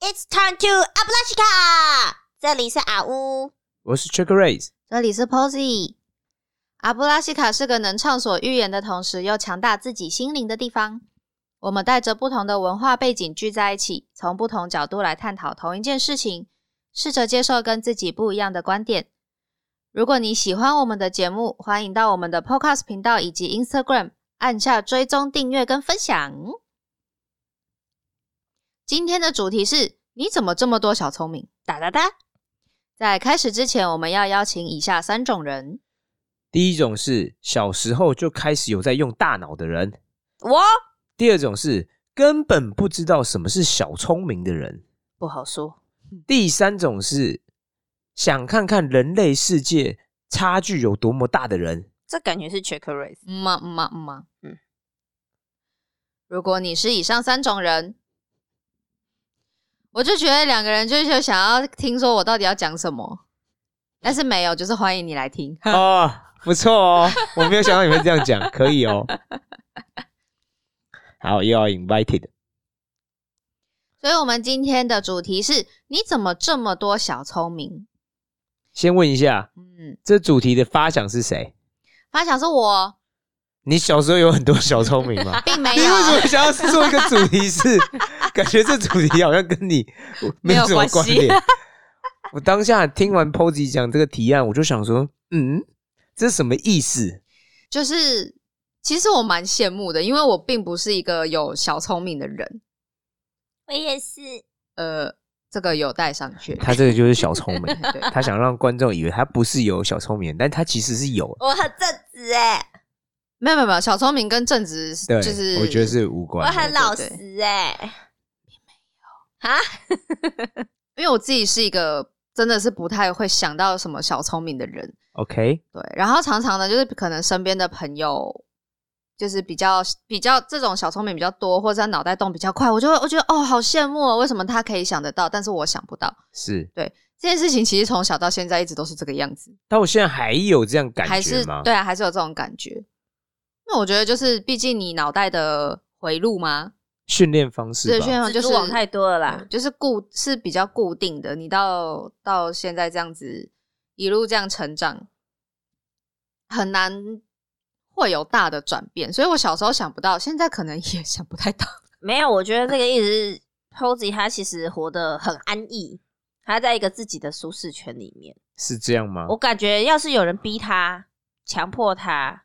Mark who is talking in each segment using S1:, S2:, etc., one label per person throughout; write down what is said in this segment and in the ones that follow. S1: It's time to Ablashka。这里是阿乌，
S2: 我是 Trick Rays，
S3: 这里是 Posy。阿布拉西卡是个能畅所欲言的同时又强大自己心灵的地方。我们带着不同的文化背景聚在一起，从不同角度来探讨同一件事情，试着接受跟自己不一样的观点。如果你喜欢我们的节目，欢迎到我们的 Podcast 频道以及 Instagram 按下追踪、订阅跟分享。今天的主题是：你怎么这么多小聪明？哒哒哒！在开始之前，我们要邀请以下三种人：
S2: 第一种是小时候就开始有在用大脑的人，
S1: 我
S2: 第二种是根本不知道什么是小聪明的人，
S3: 不好说，
S2: 第三种是想看看人类世界差距有多么大的 人。
S1: 这感觉是 Check Race。
S3: 嗯嘛嗯嘛嗯嘛，
S1: 嗯
S3: 嗯。如果你是以上三种人，我就觉得两个人就就想要听说我到底要讲什么，但是没有，就是欢迎你来 听。
S2: 哦，不错哦，我没有想到你会这样讲，可以 哦。好，又要 invited。
S3: 所以，我们今天的主题是：你怎么这么多小聪明？
S2: 先问一下，
S3: 嗯，
S2: 这主题的发想是谁？
S3: 发想是我，？
S2: 你小时候有很多小聪明吗
S1: 哎
S3: 并没
S2: 你为什么
S3: 有，
S2: 想要做一个主题是？感觉这主题好像跟你没有什么关
S3: 没有
S2: 联。 我当下听完 Posy 讲这个提案，我就想说，嗯，这是什么意思？
S3: 就是其实我蛮羡慕的，因为我并不是一个有小聪明的人。
S1: 我也是，
S3: 呃，这个有待商榷。
S2: 他这个就是小聪明，
S3: 对
S2: 他想让观众以为他不是有小聪明，但他其实是有。
S1: 我很正直哎、
S3: 没有没有没有，小聪明跟正直是
S2: 对，
S3: 就是
S2: 我觉得，是无
S1: 我
S2: 关的。
S1: 很老实哎、啊，
S3: 因为我自己是一个真的是不太会想到什么小聪明的人，
S2: OK，
S3: 对。然后常常呢，就是可能身边的朋友就是比较比较这种小聪明比较多，或者他脑袋动比较快，我就会我觉得哦，好羡慕哦，为什么他可以想得到，但是我想不到。
S2: 是
S3: 这件事情其实从小到现在一直都是这个样子，
S2: 到我现在还有这样感
S3: 还
S2: 觉
S3: 是
S2: 吗？
S3: 对啊，还是有这种感觉。那我觉得就是，毕竟你脑袋的回路嘛，
S2: 训练方式
S3: 对，
S2: 吧
S3: 虽。然就是
S1: 蜘蛛网太多了啦
S3: 嗯。就是固是比较固定的。你到到现在这样子一路这样成长，很难会有大的转变。所以我小时候想不到，现在可能也想不太到。
S1: 没有，我觉得这个意思是 Posy 他其实活得很安逸，他在一个自己的舒适圈里面。
S2: 是这样吗
S1: 我？感觉要是有人逼他、强迫他、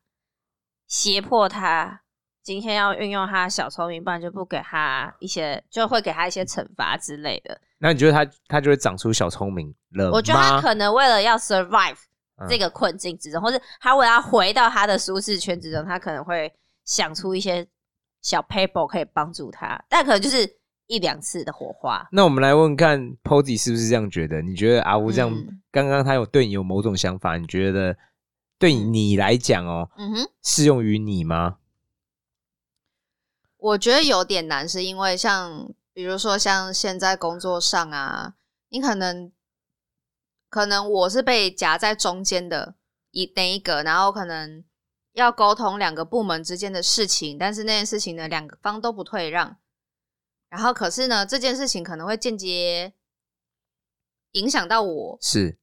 S1: 胁迫他，今天要运用他的小聪明，不然就不给他一些，就会给他一些惩罚之类的。
S2: 那你觉得他他就会长出小聪明了吗？
S1: 我觉得他可能为了要 survive
S2: 嗯
S1: 这个困境之中，或是他为了要回到他的舒适圈之中，他可能会想出一些小 paper 可以帮助他，但可能就是一两次的火花。
S2: 那我们来问看 Posy 是不是这样觉得？你觉得阿乌这样，
S3: 嗯
S2: 刚刚他有对你有某种想法？你觉得对你来讲哦，
S3: 嗯哼，
S2: 适用于你吗？
S3: 我觉得有点难，是因为像比如说像现在工作上啊，你可能可能我是被夹在中间的一那一个，然后可能要沟通两个部门之间的事情，但是那件事情呢，两个方都不退让，然后可是呢，这件事情可能会间接影响到我，
S2: 是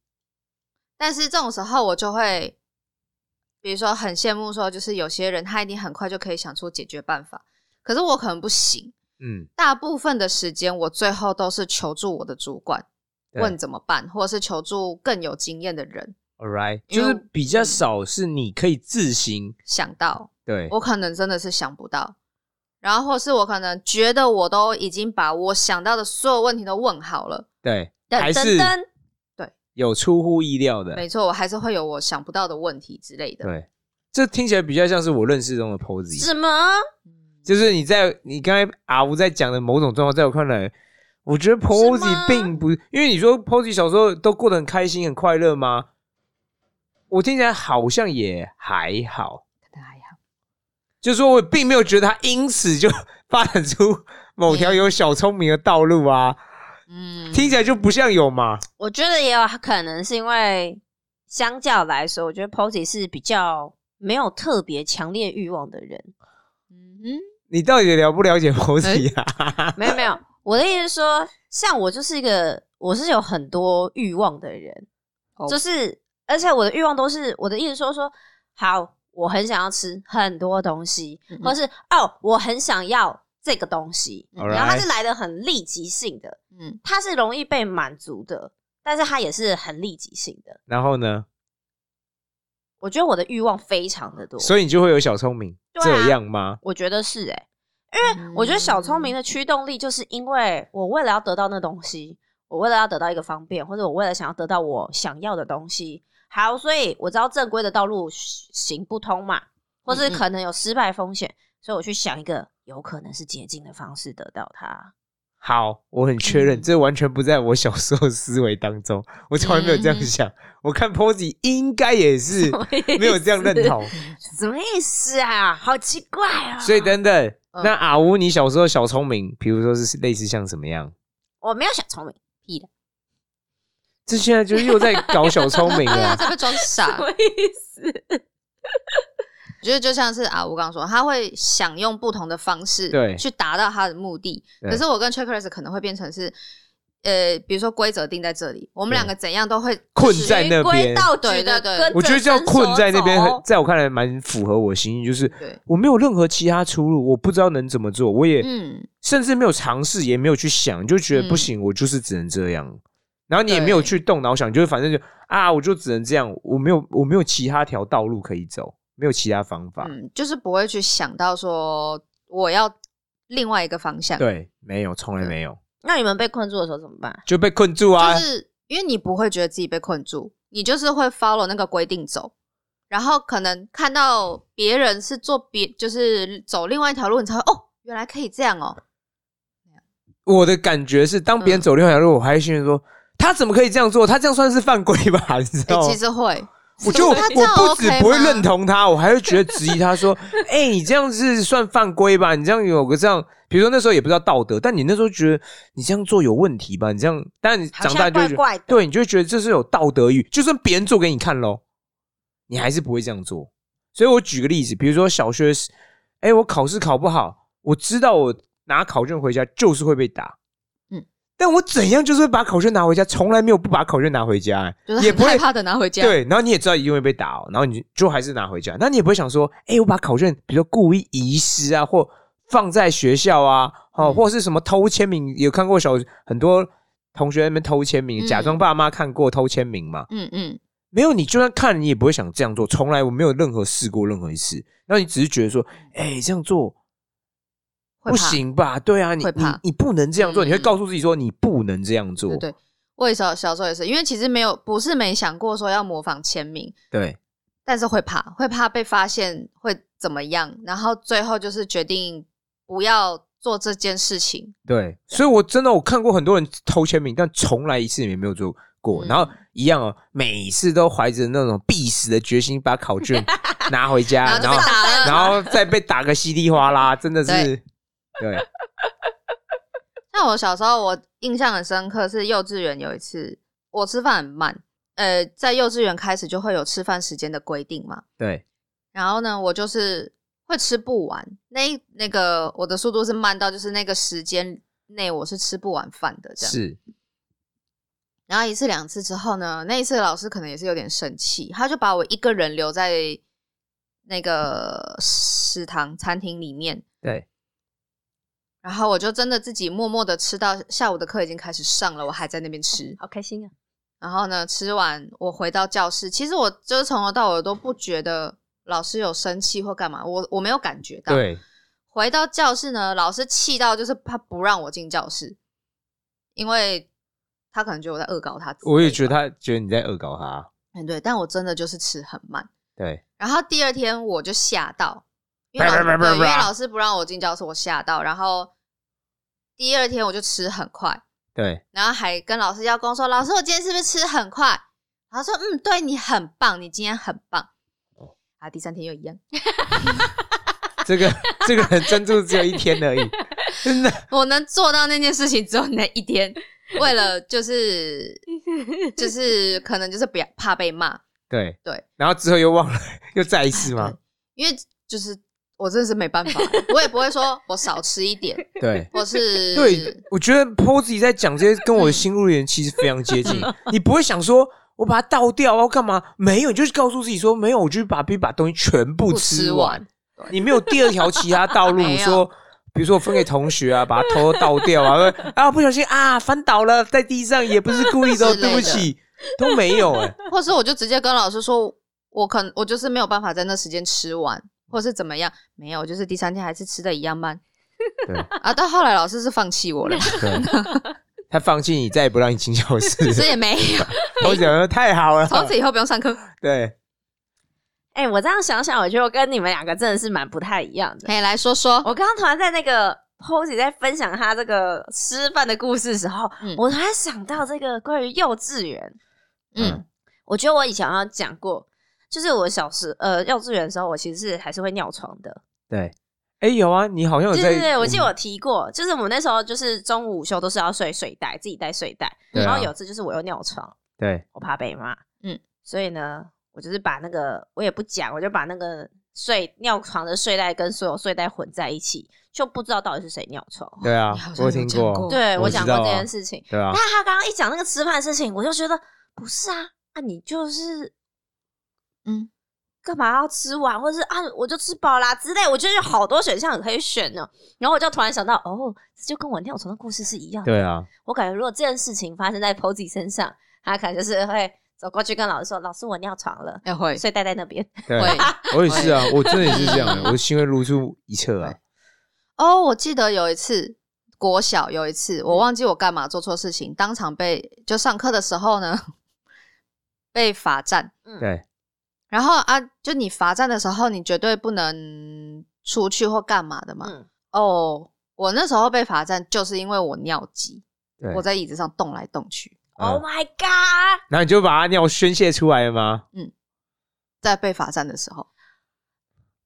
S3: 但是这种时候我就会，比如说很羡慕说，就是有些人他一定很快就可以想出解决办法，可是我可能不行。
S2: 嗯，
S3: 大部分的时间我最后都是求助我的主管，
S2: 对
S3: 问怎么办，或者是求助更有经验的人。
S2: ，All right，
S3: 因
S2: 就
S3: 为
S2: 是比较少是你可以自行
S3: 想到
S2: 对
S3: 我可能真的是想不到，然后或是我可能觉得我都已经把我想到的所有问题都问好了，
S2: 对，
S1: 噔
S2: 还
S1: 噔
S2: 是
S1: 噔，
S2: 有出乎意料的，
S3: 没错，我还是会有我想不到的问题之类的。
S2: 对，这听起来比较像是我认识中的 Posy，
S1: 什么？
S2: 就是你在你刚才阿吴在讲的某种状况，在我看来，我觉得
S1: 是吗
S2: Posy 并不，因为你说 Posy 小时候都过得很开心、很快乐吗？我听起来好像也还好，
S3: 可能还好，
S2: 就是说我并没有觉得他因此就发展出某条有小聪明的道路啊，
S3: 嗯，
S2: 听起来就不像有嘛。
S1: 我觉得也有可能是因为，相较来说，我觉得 Posy 是比较没有特别强烈欲望的人。
S3: 嗯哼，
S1: 哎
S2: 你到底了不了解 Posy 啊？
S1: 没有没有，我的意思是说，像我就是一个我是有很多欲望的人，
S3: 哦
S1: 就是而且我的欲望都是我的意思说说，好，我很想要吃很多东西，
S3: 嗯
S1: 或是哦，我很想要这个东西，
S2: Alright
S1: 然后它是来的很立即性的，
S3: 嗯，
S1: 它是容易被满足的，但是它也是很立即性的。
S2: 然后呢，
S1: 我觉得我的欲望非常的多，
S2: 所以你就会有小聪明、
S1: 对啊
S2: 这样吗？
S1: 我觉得是哎、
S3: 因
S1: 我觉得小
S3: 嗯
S1: 聪
S2: 嗯
S1: 明的驱动力，就是因为我为了要得到那东西，我为了要得到一个方便，或者我为了想要得到我想要的东西。好，所以我知道正规的道路行不通嘛，或是
S3: 嗯嗯
S1: 可能有失败风险，所以我去想一个有可能是捷径的方式得到它。
S2: 好，我很确认，
S3: 嗯
S2: 这完全不在我小时候思维当中，我从来没有这样想。我看 Posy 应该也是没有这样认同，
S1: 什么意思啊？好奇怪啊！
S2: 所以等等，
S3: 嗯
S2: 那阿乌，你小时候小聪明，比如说是类似像什么样？
S1: 我没有小聪明，屁的，
S2: 这现在就是又在搞小聪明
S3: 对 啊，
S2: 了。
S3: 在被装 傻。
S1: 什么意思？
S3: 我觉得就像是啊，我刚刚说，他会想用不同的方式
S2: 对
S3: 去达到他的目的。
S2: 对
S3: 可是我跟 Checklist 可能会变成是，呃，比如说规则定在这里，我们两个怎样都会
S2: 困
S3: 就是
S2: 在那边
S1: 循规蹈矩
S3: 对
S1: 的
S3: 对对
S1: 跟
S2: 我觉得
S1: 着
S2: 这样
S1: 绳
S2: 困
S1: 索
S2: 在那边，
S1: 走
S2: 很在我看来蛮符合我心意，就是
S3: 对，
S2: 我没有任何其他出路，我不知道能怎么做，我也
S3: 嗯，
S2: 甚至没有尝试，也没有去想，就觉得
S3: 嗯
S2: 不行，我就是只能这样。然后你也
S3: 对
S2: 没有去动脑想，就是反正就啊，我就只能这样，我没有我没有其他条道路可以走，没有其他方法。
S3: 嗯，就是不会去想到说我要另外一个方向，，
S2: 对，没有，从来没有，
S1: 那你们被困住的时候怎么办？
S2: 就被困住啊。
S3: 就是因为你不会觉得自己被困住，你就是会 follow 那个规定走，然后可能看到别人是做别，就是走另外一条路，你才会哦，原来可以这样哦，
S2: 我的感觉是，当别人
S3: 嗯
S2: 走另外一条路，我还心里说，他怎么可以这样做？他这样算是犯规吧？你 知
S3: 哎、
S2: 道吗
S3: 其？实会，
S2: 我就我
S3: 他这样
S2: 不止
S3: OK
S2: 不会
S3: 吗
S2: 认同他，我还会觉得质疑他说：“哎、你这样是算犯规吧？你这样有个这样，比如说那时候也不知道道德，但你那时候觉得你这样做有问题吧？你这样，但你
S1: 好
S2: 长大
S1: 像
S2: 就
S1: 怪
S2: 会觉得
S1: 怪的。
S2: 对，你就会觉得这是有道德欲，就算别人做给你看喽，你还是不会这样做。所以我举个例子，比如说小学时，哎、我考试考不好，我知道我拿考卷回家就是会被打，嗯
S3: 嗯，
S2: 但我怎样就是会把考卷拿回家，从来没有不把考卷拿回家、哎
S3: 就是
S2: 也
S3: 很
S2: 不
S3: 害
S2: 会
S3: 怕的拿回家，
S2: 对，然后你也知道一定会被打、哦，然后你就就还是拿回家，啊那你也不会想说，哎、我把考卷，比如说故意遗失啊，或放在学校啊，哦，
S3: 嗯
S2: 或是什么偷签名，有看过小很多同学在那边偷签名，假装
S3: 嗯
S2: 爸妈看过偷签名嘛？
S3: 嗯嗯，
S2: 没有，你就算看，你也不会想这样做，从来我没有任何试过任何一次，然后你只是觉得说，哎、这样做
S3: 会
S2: 不
S3: 怕，
S2: 行吧？对啊，你
S3: 会
S2: 你
S3: 怕
S2: 你不能这样做，你会
S3: 嗯
S2: 告诉自己说你不能这样做，
S3: 对对。我也小小时候也是，因为其实没有不是没想过说要模仿签名，
S2: 对
S3: 但是会怕，会怕被发现会怎么样，然后最后就是决定不要做这件事情。
S2: 对，所以我真的我看过很多人偷签名，但从来一次也没有做过。
S3: 嗯
S2: 然后一样哦，每一次都怀着那种必死的决心把考卷拿回家，
S3: 然
S2: 然
S3: 后就被
S2: 后
S3: 打了。
S2: 啊然后再被打个稀里哗 啦，真的是对
S3: 像我小时候，我印象很深刻是幼稚园有一次，我吃饭很慢，呃，在幼稚园开始就会有吃饭时间的规定嘛。
S2: 对
S3: 然后呢，我就是会吃不完，那一那个我的速度是慢到就是那个时间内我是吃不完饭 的这样。
S2: 是
S3: 然后一次两次之后呢，那一次老师可能也是有点生气，他就把我一个人留在那个食堂餐厅里面，
S2: 对，
S3: 然后我就真的自己默默的吃到下午的课已经开始上了，我还在那边吃。
S1: 好开心啊！
S3: 然后呢，吃完我回到教室，其实我就是从头到尾都不觉得老师有生气或干嘛，我我没有感觉到。
S2: 对，
S3: 回到教室呢，老师气到就是他不让我进教室，因为他可能觉得我在恶搞他。
S2: 我也觉
S3: 得。
S2: 得他觉得你在恶搞他，
S3: 嗯，对，但我真的就是吃很慢。
S2: 对
S3: 然后第二天我就吓到，因为老
S2: 啪
S3: 师
S2: 啪啪啪
S3: 对因为
S2: 啪
S3: 老师不让我进教室，我吓到。然后第二天我就吃很快，
S2: 对
S3: 然后还跟老师邀功说：“老师，我今天是不是吃很快？”然后说：“嗯，对你很棒，你今天很棒。”啊，第三天又一样，
S2: 这 个这个人专注只有一天而已，真的
S3: 我能做到那件事情只有那一 天，为了 就是就是可能就是不要怕被骂，
S2: 对
S3: 对。
S2: 然后之后又忘了，又再一次吗？
S3: 因为就是我真的是没办 法，我也不会说我少吃一点，
S2: 对。
S3: 或是
S2: 对，我觉得 Posy 在讲这些跟我的心路历程其实非常接 近。你不会想说我把它倒掉啊，我干嘛？没有，你就是告诉自己说没有，我就是把必须把东西全部
S3: 不
S2: 吃
S3: 吃
S2: 完
S3: 完。。
S2: 你没有第二条其他道路
S3: 没有
S2: 说。比如说，我分给同学啊，把它偷偷倒掉啊，啊，不小心啊，翻倒了，在地上也不是故意的哦，
S3: 之类的
S2: 对不起，都没有 哎、
S3: 或是我就直接跟老师说，我可能我就是没有办法在那时间吃完，或是怎么样，没有，就是第三天还是吃的一样慢。
S2: 对
S3: 啊，到后来老 师是放弃我了，
S2: 对，他放弃你，再也不让你进教室
S3: 其实
S2: 了。
S3: 也没有，
S2: 我想说太好了，
S3: 从此以后不用上 课。
S2: 对，
S1: 哎、我这样想想，我觉得我跟你们两个真的是蛮不太一样的。
S3: 可以来说说，
S1: 我刚刚突然在那个 Posy 在分享他这个吃饭的故事的时候，
S3: 嗯
S1: 我突然想到这个关于幼稚园，
S3: 嗯，
S1: 我觉得我以前好像讲过，就是我小时呃幼稚园的时候，我其实是还是会尿床的。
S2: 对，哎、有啊，你好像有
S1: 对
S2: 在，
S1: 对对，我记得我提过，就是我们那时候就是中午午休都是要睡睡袋，自己带睡袋。
S2: 对啊
S1: 然后有一次就是我又尿床，
S2: 对
S1: 我怕被骂，嗯
S3: 嗯，
S1: 所以呢，我就是把那个我也不讲，我就把那个睡尿床的睡袋跟所有睡袋混在一起，就不知道到底是谁尿床。
S3: 哦
S2: 对啊
S3: 你好，像
S2: 我有听
S3: 有讲
S2: 过，
S3: 过
S1: 对我
S2: 我
S1: 讲
S2: 知
S1: 过
S2: 道
S1: 这
S2: 啊
S1: 件事情，
S2: 对啊
S1: 但，他刚刚一讲那个吃饭的事情，我就觉得不是啊，啊你就是
S3: 嗯，
S1: 干嘛要吃完，或是啊，我就吃饱啦之类，我觉得有好多选项可以选呢。然后我就突然想到，哦，这就跟我尿床的故事是一样的。
S2: 对啊，
S1: 我感觉如果这件事情发生在 Posy 身上，他可能就是会走过去跟老师说：“老师，我尿床了，
S3: 哎会
S1: 睡袋在那边。
S2: 对，
S3: 会。
S2: 我也是啊，我真的也是这样的，我的心会露出一侧啊，
S3: 哦，我记得有一次国小有一次，我忘记我干嘛做错事情，当场被就上课的时候呢 被罚站。
S1: 嗯
S2: 对
S3: 然后啊，就你罚站的时候，你绝对不能出去或干嘛的嘛。
S1: 嗯
S3: 哦，我那时候被罚站，就是因为我尿急，
S2: 对，
S3: 我在椅子上动来动去，
S2: 嗯
S1: ”Oh my god！
S2: 然后你就把它尿宣泄出来了吗？
S3: 在被罚站的时候，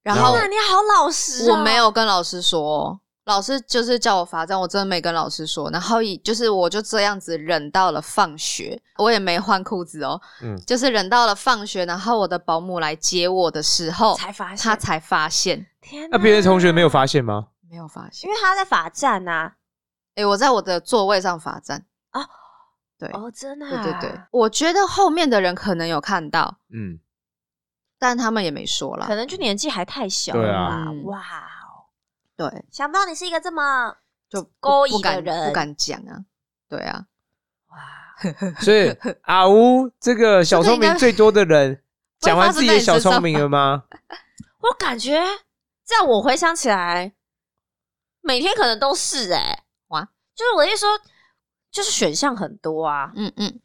S3: 然
S2: 然
S3: 后
S2: 后
S1: 那你好老实、哦，
S3: 我没有跟老师说哦，老师就是叫我罚站，我真的没跟老师说。然后以就是我就这样子忍到了放学，我也没换裤子哦，
S2: 嗯
S3: 就是忍到了放学，然后我的保姆来接我的时候，
S1: 哦才发现，
S3: 他才发现，
S1: 天哪，
S2: 那别的同学没有发现吗？
S3: 没有发现
S1: 因，为他在罚站呐、
S3: 诶、我在我的座位上罚站。
S1: 啊
S3: 对
S1: 哦，真的、
S3: 对
S1: 啊，
S3: 对对，我觉得后面的人可能有看到，
S2: 嗯，
S3: 但他们也没说啦
S1: 可。能就年纪还太小
S2: 对
S1: 了
S2: 啊
S1: 吧
S3: 嗯
S1: 哇哦，
S3: 对，
S1: 想不到你是一个这么
S3: 就不
S1: 勾
S3: 不
S1: 引的
S3: 敢
S1: 人，
S3: 不敢讲啊。对啊，
S1: 哇，
S2: 所以阿乌这个小聪明最多的人，
S3: 这个应该
S2: 讲完自己的小聪明了吗？
S1: 我感觉这样我回想起来，每天可能都是哎、
S3: 哇，
S1: 就是我一说，就是选项很多啊，
S3: 嗯嗯，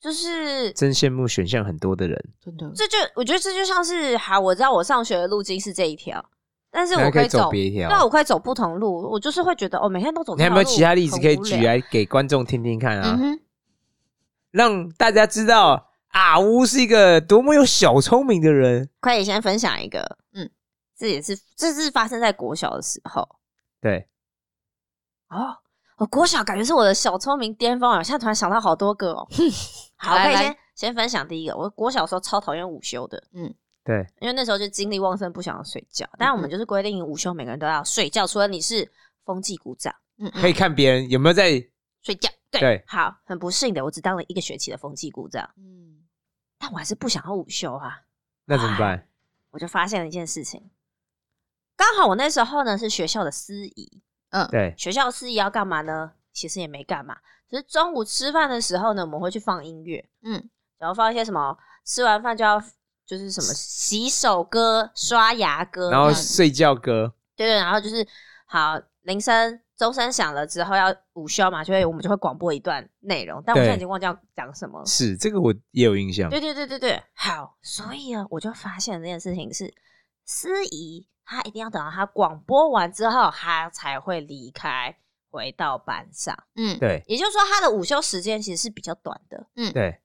S1: 就是
S2: 真羡慕选项很多的人，
S3: 真的，
S1: 这就我觉得这就像是好，我知道我上学的路径是这一条，但是
S2: 那
S1: 我
S2: 可以
S1: 走
S2: 走别条
S1: 对啊，我可以走不同路，我就是会觉得哦，每天都走。
S2: 你还有没有其他例子可以举？来给观众听听看
S3: 嗯
S2: 啊？
S3: 哼，
S2: 让大家知道阿乌是一个多么有小聪明的人。
S1: 可以先分享一个，嗯
S3: 嗯，
S1: 这也是这是发生在国小的时候
S2: 对，
S1: 哦。我国小感觉是我的小聪明巅峰啊！我现在突然想到好多 个哦。好，我
S3: 来
S1: 可以
S3: 来
S1: 先先分享第一个。我国小的时候超讨厌午休的，
S2: 对，
S1: 因为那时候就精力旺盛，不想要睡觉。但我们
S3: 嗯
S1: 就是规定午休每个人都要睡觉，除了你是风纪股长。
S3: 嗯嗯
S2: 可以看别人有没有在
S1: 睡觉。对，
S2: 对
S1: 好，很不幸的，我只当了一个学期的风气股长，
S3: 嗯。
S1: 但我还是不想要午休啊。
S2: 那怎么办？
S1: 我就发现了一件事情，刚好我那时候呢是学校的司仪，
S3: 啊
S2: 对，
S1: 学校司仪要干嘛呢？其实也没干嘛，只是中午吃饭的时候呢，我们会去放音乐，
S3: 嗯，
S1: 然后放一些什么，吃完饭就要就是什么洗手歌、刷牙歌，
S2: 然后
S1: 这样
S2: 睡觉歌，
S1: 对对，然后就是好铃声钟声响了之后要午休嘛，所以我们就会广播一段内容，但我现在
S2: 对
S1: 已经忘记要讲什么
S3: 哦
S1: 了。
S2: 是这个我也有印象。
S1: 对对对对对，好，所以呢，我就发现这件事情是司仪，他一定要等到他广播完之后，他才会离开，回到班上。
S3: 嗯，
S2: 对
S1: 也就是说，他的午休时间其实是比较短的。
S2: 对，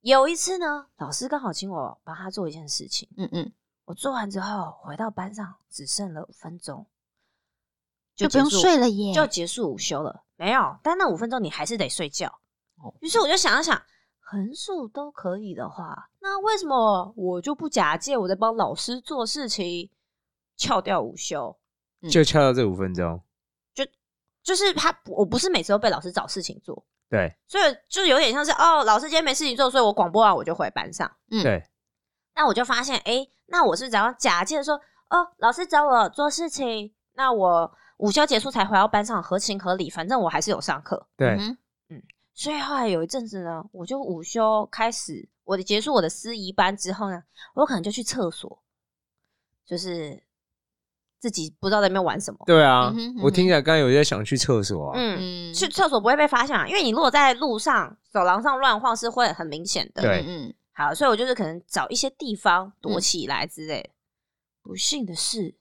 S1: 有一次呢，老师刚好请我帮他做一件事情，
S3: 嗯嗯，
S1: 我做完之后回到班上，只剩了五分钟，
S3: 就不用
S1: 结束
S3: 睡了耶。
S1: 就结束午休了。没有，但那五分钟你还是得睡觉
S3: 哦。
S1: 于是我就想了想，横竖都可以的话，那为什么我就不假借我在帮老师做事情，翘掉午休，
S3: 嗯
S2: 就敲到这五分钟。
S1: 就是他我不是每次都被老师找事情做，
S2: 对
S1: 所以就有点像是哦，老师今天没事情做，所以我广播完我就回班上。
S3: 嗯
S2: 对，
S1: 那我就发现，哎、那我是只要假借说，哦，老师找我做事情，那我午休结束才回到班上，合情合理，反正我还是有上课。
S2: 对
S3: 嗯哼
S1: 所以后来有一阵子呢，我就午休开始，我的结束我的司仪班之后呢，我可能就去厕所，就是自己不知道在那边玩什么。
S2: 对啊
S3: 嗯哼嗯，哼
S2: 我听起来刚刚有在想去厕所啊。
S1: 嗯，
S3: 嗯，
S1: 去厕所不会被发现啊，因为你如果在路上、走廊上乱晃是会很明显的。
S2: 对
S3: 嗯
S1: 好，所以我就是可能找一些地方躲起来之类的。不幸的是，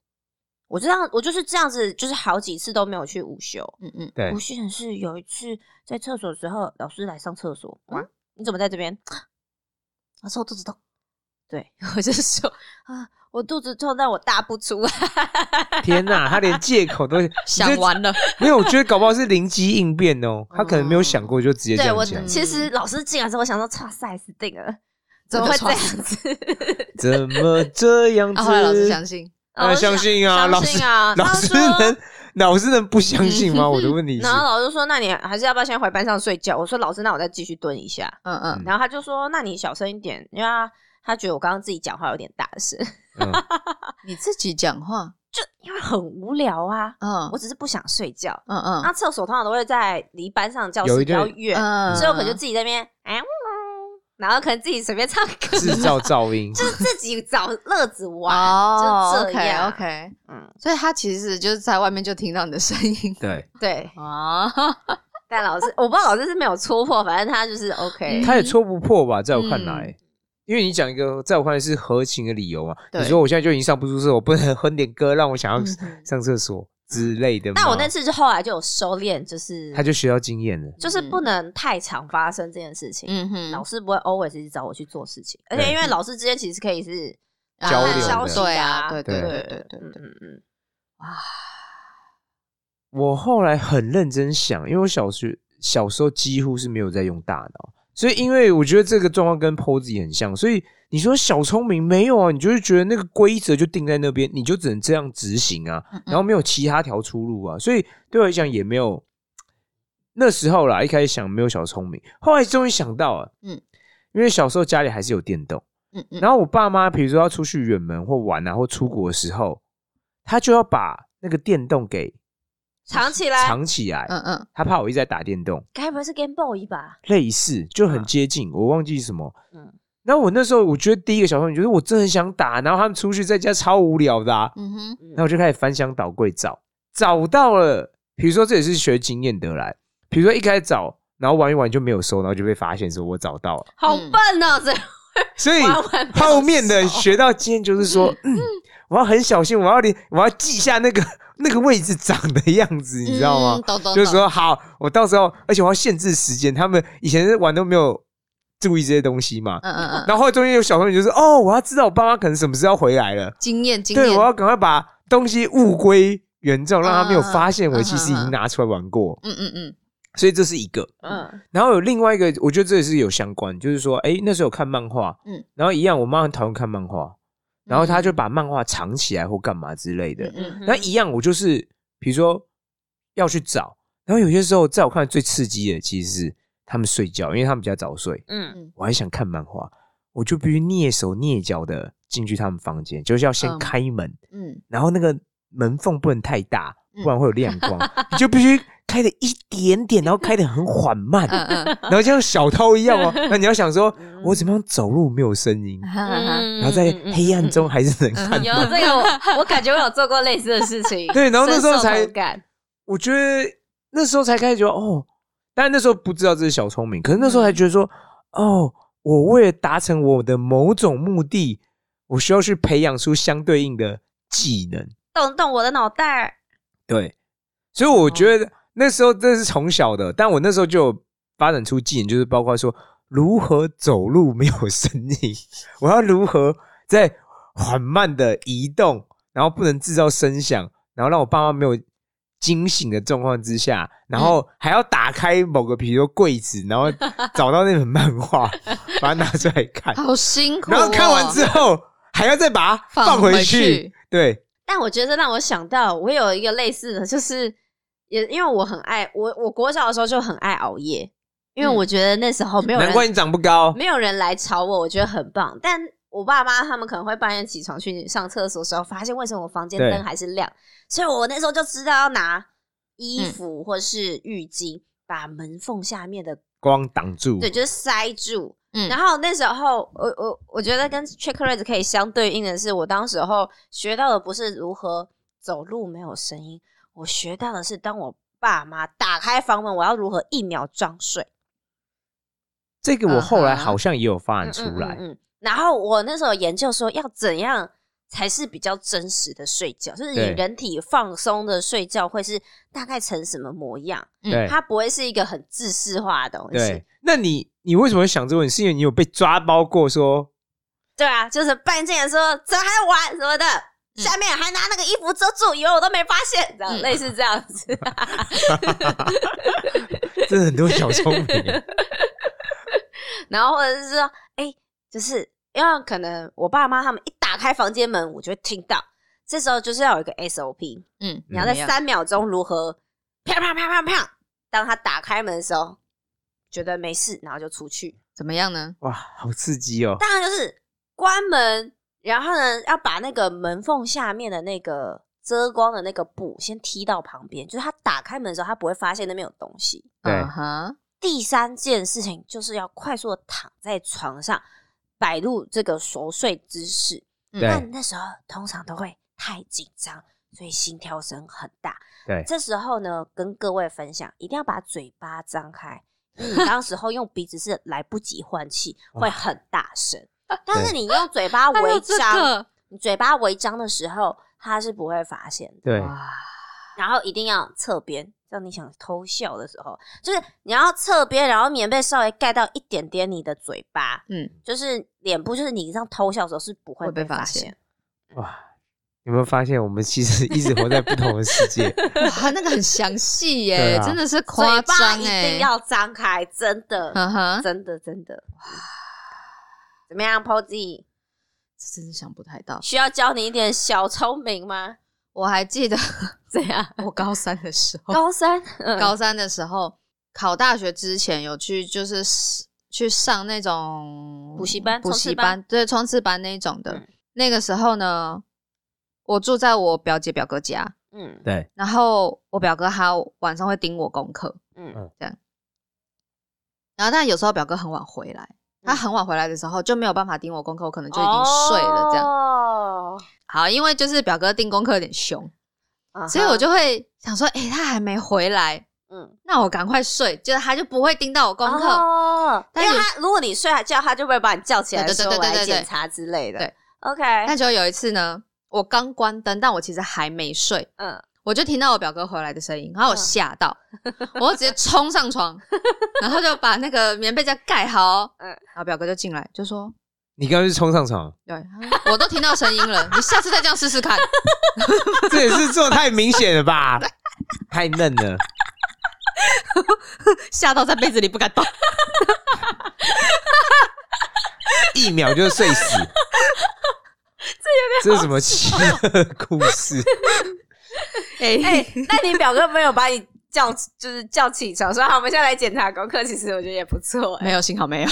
S1: 我这样我就是这样子，就是好几次都没有去午休。
S3: 嗯嗯
S2: 对
S1: 不，幸的是，有一次在厕所的时候，老师来上厕所，哇、
S3: 嗯
S1: 你怎么在这边？老师，我肚子痛。对， 我就说啊，我肚子痛，但我大不出啊来。
S2: 天哪，他连借口都
S3: 想完了，
S2: 没有，我觉得搞不好是灵机应变哦，他可能没有想过就直接这
S1: 对
S2: 样
S1: 我
S2: 讲，嗯
S1: 其实老师进来之后，我想说，差赛死定了，怎
S3: 真
S1: 么
S3: 的
S1: 会这
S3: 错
S1: 样子？
S2: 怎么这样子？
S3: 啊，后来老 师相信，
S2: 呃相信啊
S1: 相信啊，
S2: 老
S1: 他
S2: 师
S1: 说
S2: 能老师能不相信
S3: 嗯
S2: 吗？我的问题是
S1: 然，后老师说：“那你还是要不要先回班上睡觉？”我说：“老师，那我再继续蹲一下。
S3: 嗯嗯，”
S1: 然后他就说：“那你小声一点，因为他他觉得我刚刚自己讲话有点大声，
S2: 嗯，
S3: 你自己讲话，
S1: 因为很无聊啊，
S3: 嗯
S1: 我只是不想睡觉。
S3: 嗯嗯
S1: 那厕所通常都会在离班上教
S2: 有
S1: 室
S2: 一
S1: 比较
S2: 点
S1: 远，
S3: 嗯
S1: 所以我可能就自己在那边哎，呜呜然后可能自己随便唱歌，
S2: 制造噪 音，
S1: 就是自己找乐子玩，
S3: 哦
S1: 就这样。
S3: ，OK OK，
S1: 嗯，
S3: 所以他其实就是在外面就听到你的声音
S2: 对
S1: 对。
S3: 啊，
S1: 但老师，我不知道老师是没有戳破，反正他就是 OK。
S3: 嗯
S2: 他也戳不破吧？在我看
S1: 嗯
S2: 来，因为你讲一个，在我看来是合情的理由嘛。
S3: 对
S2: 你说我现在就已经上不出厕，我不能 哼点歌让我想要
S3: 嗯
S2: 上厕所之类的吗。
S1: 但我那次就后来就有收敛，就是
S2: 嗯他就学到经验了，
S1: 就是不能太常发生这件事情。
S3: 嗯哼，
S1: 老师不会 always 一直找我去做事情，而
S2: 对嗯
S1: 且因为老师之间其实可以是
S3: 啊
S2: 交流
S1: 看
S2: 的
S1: 消息的
S3: 对啊，对对
S2: 对
S3: 对对对
S1: 嗯
S3: 对，
S1: 嗯嗯，
S2: 我后来很认真想，因为我小学小时候几乎是没有在用大脑，所以因为我觉得这个状况跟 POS 也很像，所以你说小聪明没有啊，你就是觉得那个规则就定在那边，你就只能这样执行啊，
S3: 嗯
S2: 然后没有其他条出路啊，所以对我来讲也没有。那时候啦，一开始想没有小聪明，后来终于想到了，
S3: 嗯
S2: 嗯，因为小时候家里还是有电动。
S3: 嗯嗯，
S2: 然后我爸妈，比如说要出去远门或玩啊，或出国的时候，他就要把那个电动给
S1: 藏起来，
S2: 藏起来。
S3: 嗯嗯
S2: 他怕我一直在打电动，
S1: 该不会是 Game Boy 吧？
S2: 类似就很
S1: 嗯
S2: 接近，我忘记什么。
S1: 嗯
S2: 然后我那时候我觉得第一个小朋友就是我真的很想打，然后他们出去在家超无聊的、啊，
S3: 嗯哼，
S2: 然后我就开始翻箱倒柜找，找到了。比如说这也是学经验得来，比如说一开始找，然后玩一玩就没有收，然后就被发现说我找到了，
S1: 好
S3: 嗯
S1: 笨哦，这
S2: 所以。
S1: 玩完没有
S2: 后面的
S1: 手
S2: 学到经验就是说，嗯，我要很小心，我要连我要记下那个那个位置长的样子，你知道吗
S3: 嗯？懂懂，
S2: 就是
S3: 懂，
S2: 说好，我到时候，而且我要限制时间。他们以前是玩都没有注意这些东西嘛，
S3: 嗯嗯嗯，
S2: 然后后来中间有小朋友就是哦，我要知道我爸妈可能什么时候要回来了，
S3: 经验经验，
S2: 对我要赶快把东西物归原状，让他没有发现
S3: 嗯嗯
S2: 我
S3: 嗯
S2: 其实已经拿出来玩过，
S3: 嗯嗯嗯
S2: 所以这是一个。
S1: 嗯
S2: 然后有另外一个，我觉得这也是有相关，就是说，哎、那时候有看漫画，
S3: 嗯
S2: 嗯，然后一样，我妈很讨厌看漫画，然后她就把漫画藏起来或干嘛之类的。
S3: 嗯
S2: 那一样，我就是比如说要去找，然后有些时候在我看来最刺激的其实是他们睡觉，因为他们比较早睡，
S1: 嗯
S2: 我还想看漫画，我就必须蹑手蹑脚的进去他们房间，就是要先
S3: 嗯
S2: 开门，
S3: 嗯
S2: 然后那个门缝不能太大，
S3: 嗯
S2: 不然会有亮光，你就必须开的一点点，然后开的很缓慢，
S3: 嗯嗯
S2: 然后像小偷一样 哦。那你要想说，我怎么样走路没有声音，
S3: 嗯，
S2: 然后在黑暗中还是能看
S1: 有
S2: 到。
S1: 这个我，我感觉我有做过类似的事情。
S2: 对然后那时候
S1: 深受
S2: 才
S1: 同感
S2: 我觉得那时候才开始觉得哦，但那时候不知道这是小聪明，可是那时候才觉得说，哦，我为了达成我的某种目的，我需要去培养出相对应的技能。
S1: 动动我的脑袋，
S2: 对，所以
S1: 哦
S2: 我觉得那时候这是从小的，但我那时候就有发展出技能，就是包括说如何走路没有声音，我要如何在缓慢的移动，然后不能制造声响，然后让我爸妈没有惊醒的状况之下，然后还要打开某个比如说柜子，然后找到那本漫画，把它拿出来看，
S3: 好辛苦，哦
S1: 哦
S2: 然后看完之后还要再把它
S3: 放
S2: 放回
S3: 回去
S2: 去，对。
S1: 但我觉得让我想到，我有一个类似的，就是也因为我很爱我，我国小的时候就很爱熬夜，因为
S3: 嗯
S1: 我觉得那时候没有人
S2: 难怪你长不高。
S1: 没有人来吵我，我觉得很棒。但我爸妈他们可能会半夜起床去上厕所的时候，发现为什么我房间
S2: 对
S1: 灯还是亮，所以我那时候就知道要拿衣服或是浴巾把门缝下面的
S2: 光挡住，
S1: 对，就是塞住。
S3: 嗯，
S1: 然后那时候，我我我觉得跟 checklist 可以相对应的是，我当时候学到的不是如何走路没有声音，我学到的是当我爸妈打开房门，我要如何一秒装睡。
S2: 这个我后来
S3: 嗯哼
S2: 好像也有发展
S1: 嗯
S2: 出
S1: 嗯
S2: 来。
S1: 嗯嗯然后我那时候研究说，要怎样才是比较真实的睡觉，就是你
S2: 对
S1: 人体放松的睡觉会是大概成什么模样，
S3: 嗯
S2: 对
S1: 它不会是一个很自式化的东西
S2: 对。，那你你为什么会想这个问题？是因为你有被抓包过说
S1: 对啊，就是半进来说怎么还玩什么的。
S3: 嗯
S1: 下面还拿那个衣服遮住，以为我都没发现，这样、
S3: 嗯
S1: 类似这样子。
S2: 这很多小聪明，啊
S1: 然后或者是说，哎、就是因为可能我爸妈他们一打开房间门，我就会听到。这时候就是要有一个 SOP，
S3: 嗯，
S1: 你要在
S3: 没有
S1: 三秒钟如何啪啪啪啪啪，当他打开门的时候，觉得没事，然后就出去。
S3: 怎么样呢？
S2: 哇，好刺激哦！
S1: 当然就是关门，然后呢要把那个门缝下面的那个遮光的那个布先踢到旁边，就是他打开门的时候，他不会发现那边有东西。
S2: 对
S3: 嗯哼，
S1: 第三件事情就是要快速的躺在床上，摆入这个熟睡姿势。
S3: 嗯
S1: 那
S2: 对
S1: 你那时候通常都会太紧张，所以心跳声很大。
S2: 对
S1: 这时候呢，跟各位分享，一定要把嘴巴张开，因为你当时候用鼻子是来不及换气，
S2: 哇
S1: 会很大 声。但是你用嘴巴
S3: 还有
S1: 微
S3: 这
S1: 张，
S3: 个
S1: 你嘴巴微张的时候，它是不会发现的。
S2: 对，
S3: 哇，
S1: 然后一定要侧边，让你想偷笑的时候，就是你要侧边，然后棉被稍微盖到一点点你的嘴巴，
S3: 嗯，
S1: 就是脸部，就是你这样偷笑的时候是不会
S3: 会被
S1: 被发
S3: 发
S1: 现
S3: 现。
S2: 哇，有没有发现我们其实一直活在不同的世界？
S3: 哇，那个很详细
S2: 对
S3: 耶，
S2: 啊
S3: 真的是
S1: 嘴
S3: 夸
S1: 巴
S3: 张
S1: 一
S3: 哎，
S1: 定，要张开，真的，
S3: 嗯哼，
S1: 真的，真的。怎么样，Posy？
S3: 这真是想不太到。
S1: 需要教你一点小聪明吗？
S3: 我还记得
S1: 怎样？
S3: 我高三的时候，
S1: 高三，嗯
S3: 高三的时候考大学之前有去就是去上那种
S1: 补习班
S3: 补
S1: 冲
S3: 习
S1: 刺班
S3: 班对冲刺班那一种的。
S1: 嗯
S3: 那个时候呢，我住在我表姐表哥家，
S1: 嗯
S2: 对，
S3: 然后我表哥他晚上会盯我功课，
S1: 嗯
S3: 然后但有时候表哥很晚回来，他
S1: 嗯
S3: 很晚回来的时候就没有办法盯我功课，我可能就已经睡了这样。
S1: 哦
S3: 好，因为就是表哥盯功课有点凶，
S1: 啊哈
S3: 所以我就会想说，诶、他还没回来，
S1: 嗯
S3: 那我赶快睡，就是他就不会盯到我功课。
S1: 哦，因
S3: 但
S1: 为
S3: 有
S1: 他如果你睡觉，他就不会把你叫起来
S3: 对对
S1: 说
S3: 对
S1: 我
S3: 对对
S1: 来
S3: 对
S1: 检查之类的
S3: 对。
S1: OK，
S3: 但就有一次呢，我刚关灯，但我其实还没睡，
S1: 嗯，
S3: 我就听到我表哥回来的声音，然后我
S1: 嗯
S3: 吓到，我就直接冲上床，然后就把那个棉被再盖好哦，
S1: 嗯
S3: 然后表哥就进来就说。
S2: 你刚刚是冲上床，
S3: 对，他 说我都听到声音 了，你下次再这样试试看。
S2: 这也是做太明显了吧？太嫩了，
S3: 吓到在被子里不敢 动，
S2: 一秒就睡死。这有点这是什么奇特的故事？
S3: 哎、
S1: 哎，那你表哥没有把你叫， 就是叫起床说好，我们现在来检查功课，其实我觉得也不错。哎
S3: 没有，幸好 没有。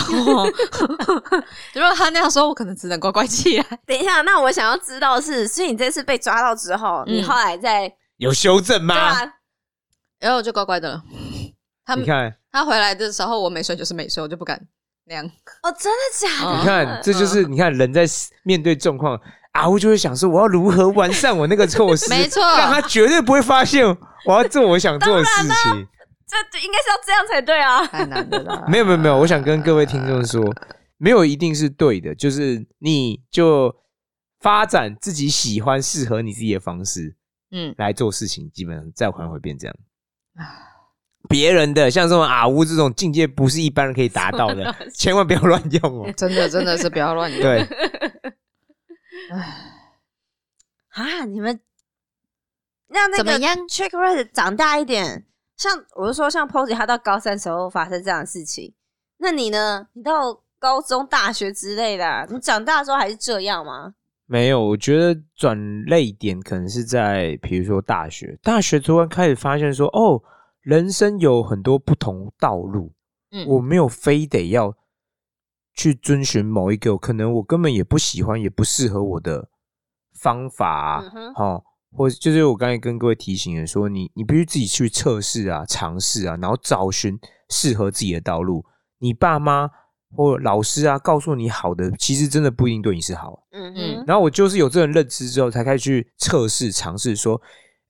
S3: 如果他那样说，我可能只能乖乖起来。
S1: 等一下，那我想要知道的是，所以你这次被抓到之后，
S3: 嗯
S1: 你后来在
S2: 有修正
S1: 对啊
S2: 吗？
S1: 吧？
S3: 然后我就乖乖的了。他
S2: 你看，
S3: 他回来的时候，我没睡就是没睡，我就不敢那样。
S1: 哦，真的假的？
S3: 嗯
S2: 你看，这就是你看人在面对状况，啊，我就会想说，我要如何完善我那个措施，
S3: 没错
S2: 让他绝对不会发现我要做我想做的事情。
S1: 这这应该是要这样才对啊。
S3: 太难了啦
S2: 没有没有没有，我想跟各位听众说，没有一定是对的，就是你就发展自己喜欢、适合你自己的方式
S3: 嗯，
S2: 来做事情，基本上再还会变这样。别人的像这种啊呜这种境界，不是一般人可以达到 的，千万不要乱用哦。
S3: 真的真的是不要乱用。
S2: 对，
S1: 啊，你们让那
S3: 怎么
S1: 个
S3: 样？
S1: Trick Red 长大一点，像我是说，像 Posy 他到高三时候发生这样的事情，那你呢？你到高中、大学之类的啊，你长大之后还是这样吗？
S2: 没有，我觉得转泪点可能是在比如说大学，大学突然开始发现说，哦，人生有很多不同道路，
S3: 嗯
S2: 我没有非得要去遵循某一个可能我根本也不喜欢也不适合我的方法、
S1: 嗯哼
S2: 哦，或就是我刚才跟各位提醒的说，你你必须自己去测试啊、尝试啊，然后找寻适合自己的道路。你爸妈或老师啊，告诉你好的，其实真的不一定对你是好。
S1: 嗯
S3: 嗯
S1: 哼，
S2: 然后我就是有这种认知之后，才开始去测试、尝试说，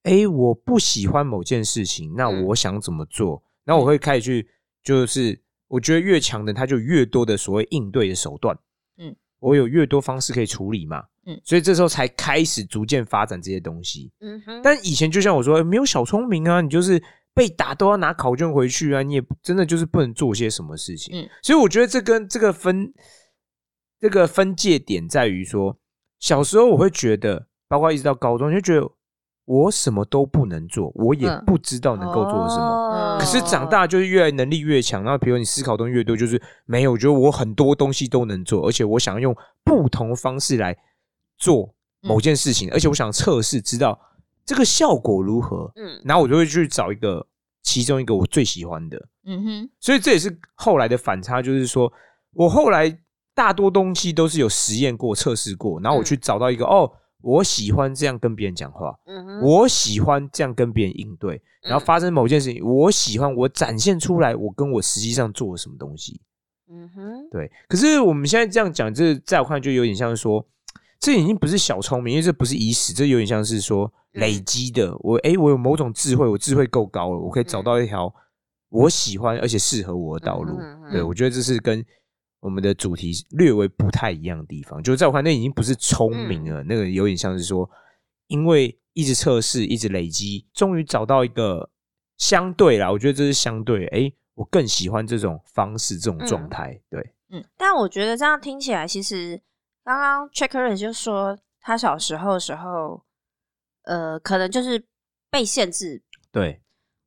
S2: 哎，我不喜欢某件事情，那
S1: 嗯
S2: 我想怎么做？然后我会开始去，就是我觉得越强的他就有越多的所谓应对的手段，
S3: 嗯
S2: 嗯，我有越多方式可以处理嘛，
S3: 嗯
S2: 嗯，所以这时候才开始逐渐发展这些东西。
S1: 嗯哼，
S2: 但以前就像我说，诶呃没有小聪明啊，你就是被打都要拿考卷回去啊，你也不真的就是不能做些什么事情。
S3: 嗯
S2: 所以我觉得这跟这个分这个分界点在于说，小时候我会觉得，包括一直到高中，就觉得我什么都不能做，我也
S3: 嗯
S2: 不知道能够做什么。
S1: 哦
S2: 可是长大就是越来能力越强，然后比如你思考东西越多，就是没有，我觉得我很多东西都能做，而且我想要用不同方式来做某件事情，而且我想测试知道这个效果如何，
S1: 嗯
S2: 然后我就会去找一个其中一个我最喜欢的，
S3: 嗯哼，
S2: 所以这也是后来的反差，就是说我后来大多东西都是有实验过、测试过，然后我去找到一个、哦，我喜欢这样跟别人讲话，
S1: 嗯哼，
S2: 我喜欢这样跟别人应对，
S1: 嗯
S2: 然后发生某件事情，我喜欢我展现出来，我跟我实际上做了什么东西。
S1: 嗯哼，
S2: 对，可是我们现在这样讲，这在我看来就有点像是说，这已经不是小聪明，因为这不是已死，这有点像是说
S1: 嗯
S2: 累积的。我诶，我有某种智慧，我智慧够高了，我可以
S1: 嗯
S2: 找到一条我喜欢而且适合我的道路。
S1: 嗯嗯嗯
S2: 对我觉得这是跟我们的主题略微不太一样的地方，就是在我看来，那已经不是聪明
S1: 嗯
S2: 了，那个有点像是说，因为一直测试，一直累积，终于找到一个相对啦，我觉得这是相对，诶，我更喜欢这种方式，这种状
S1: 嗯
S2: 态，对。
S1: 但我觉得这样听起来，其实刚刚 Checker 就说他小时候的时候，呃，可能就是被限制。
S2: 对，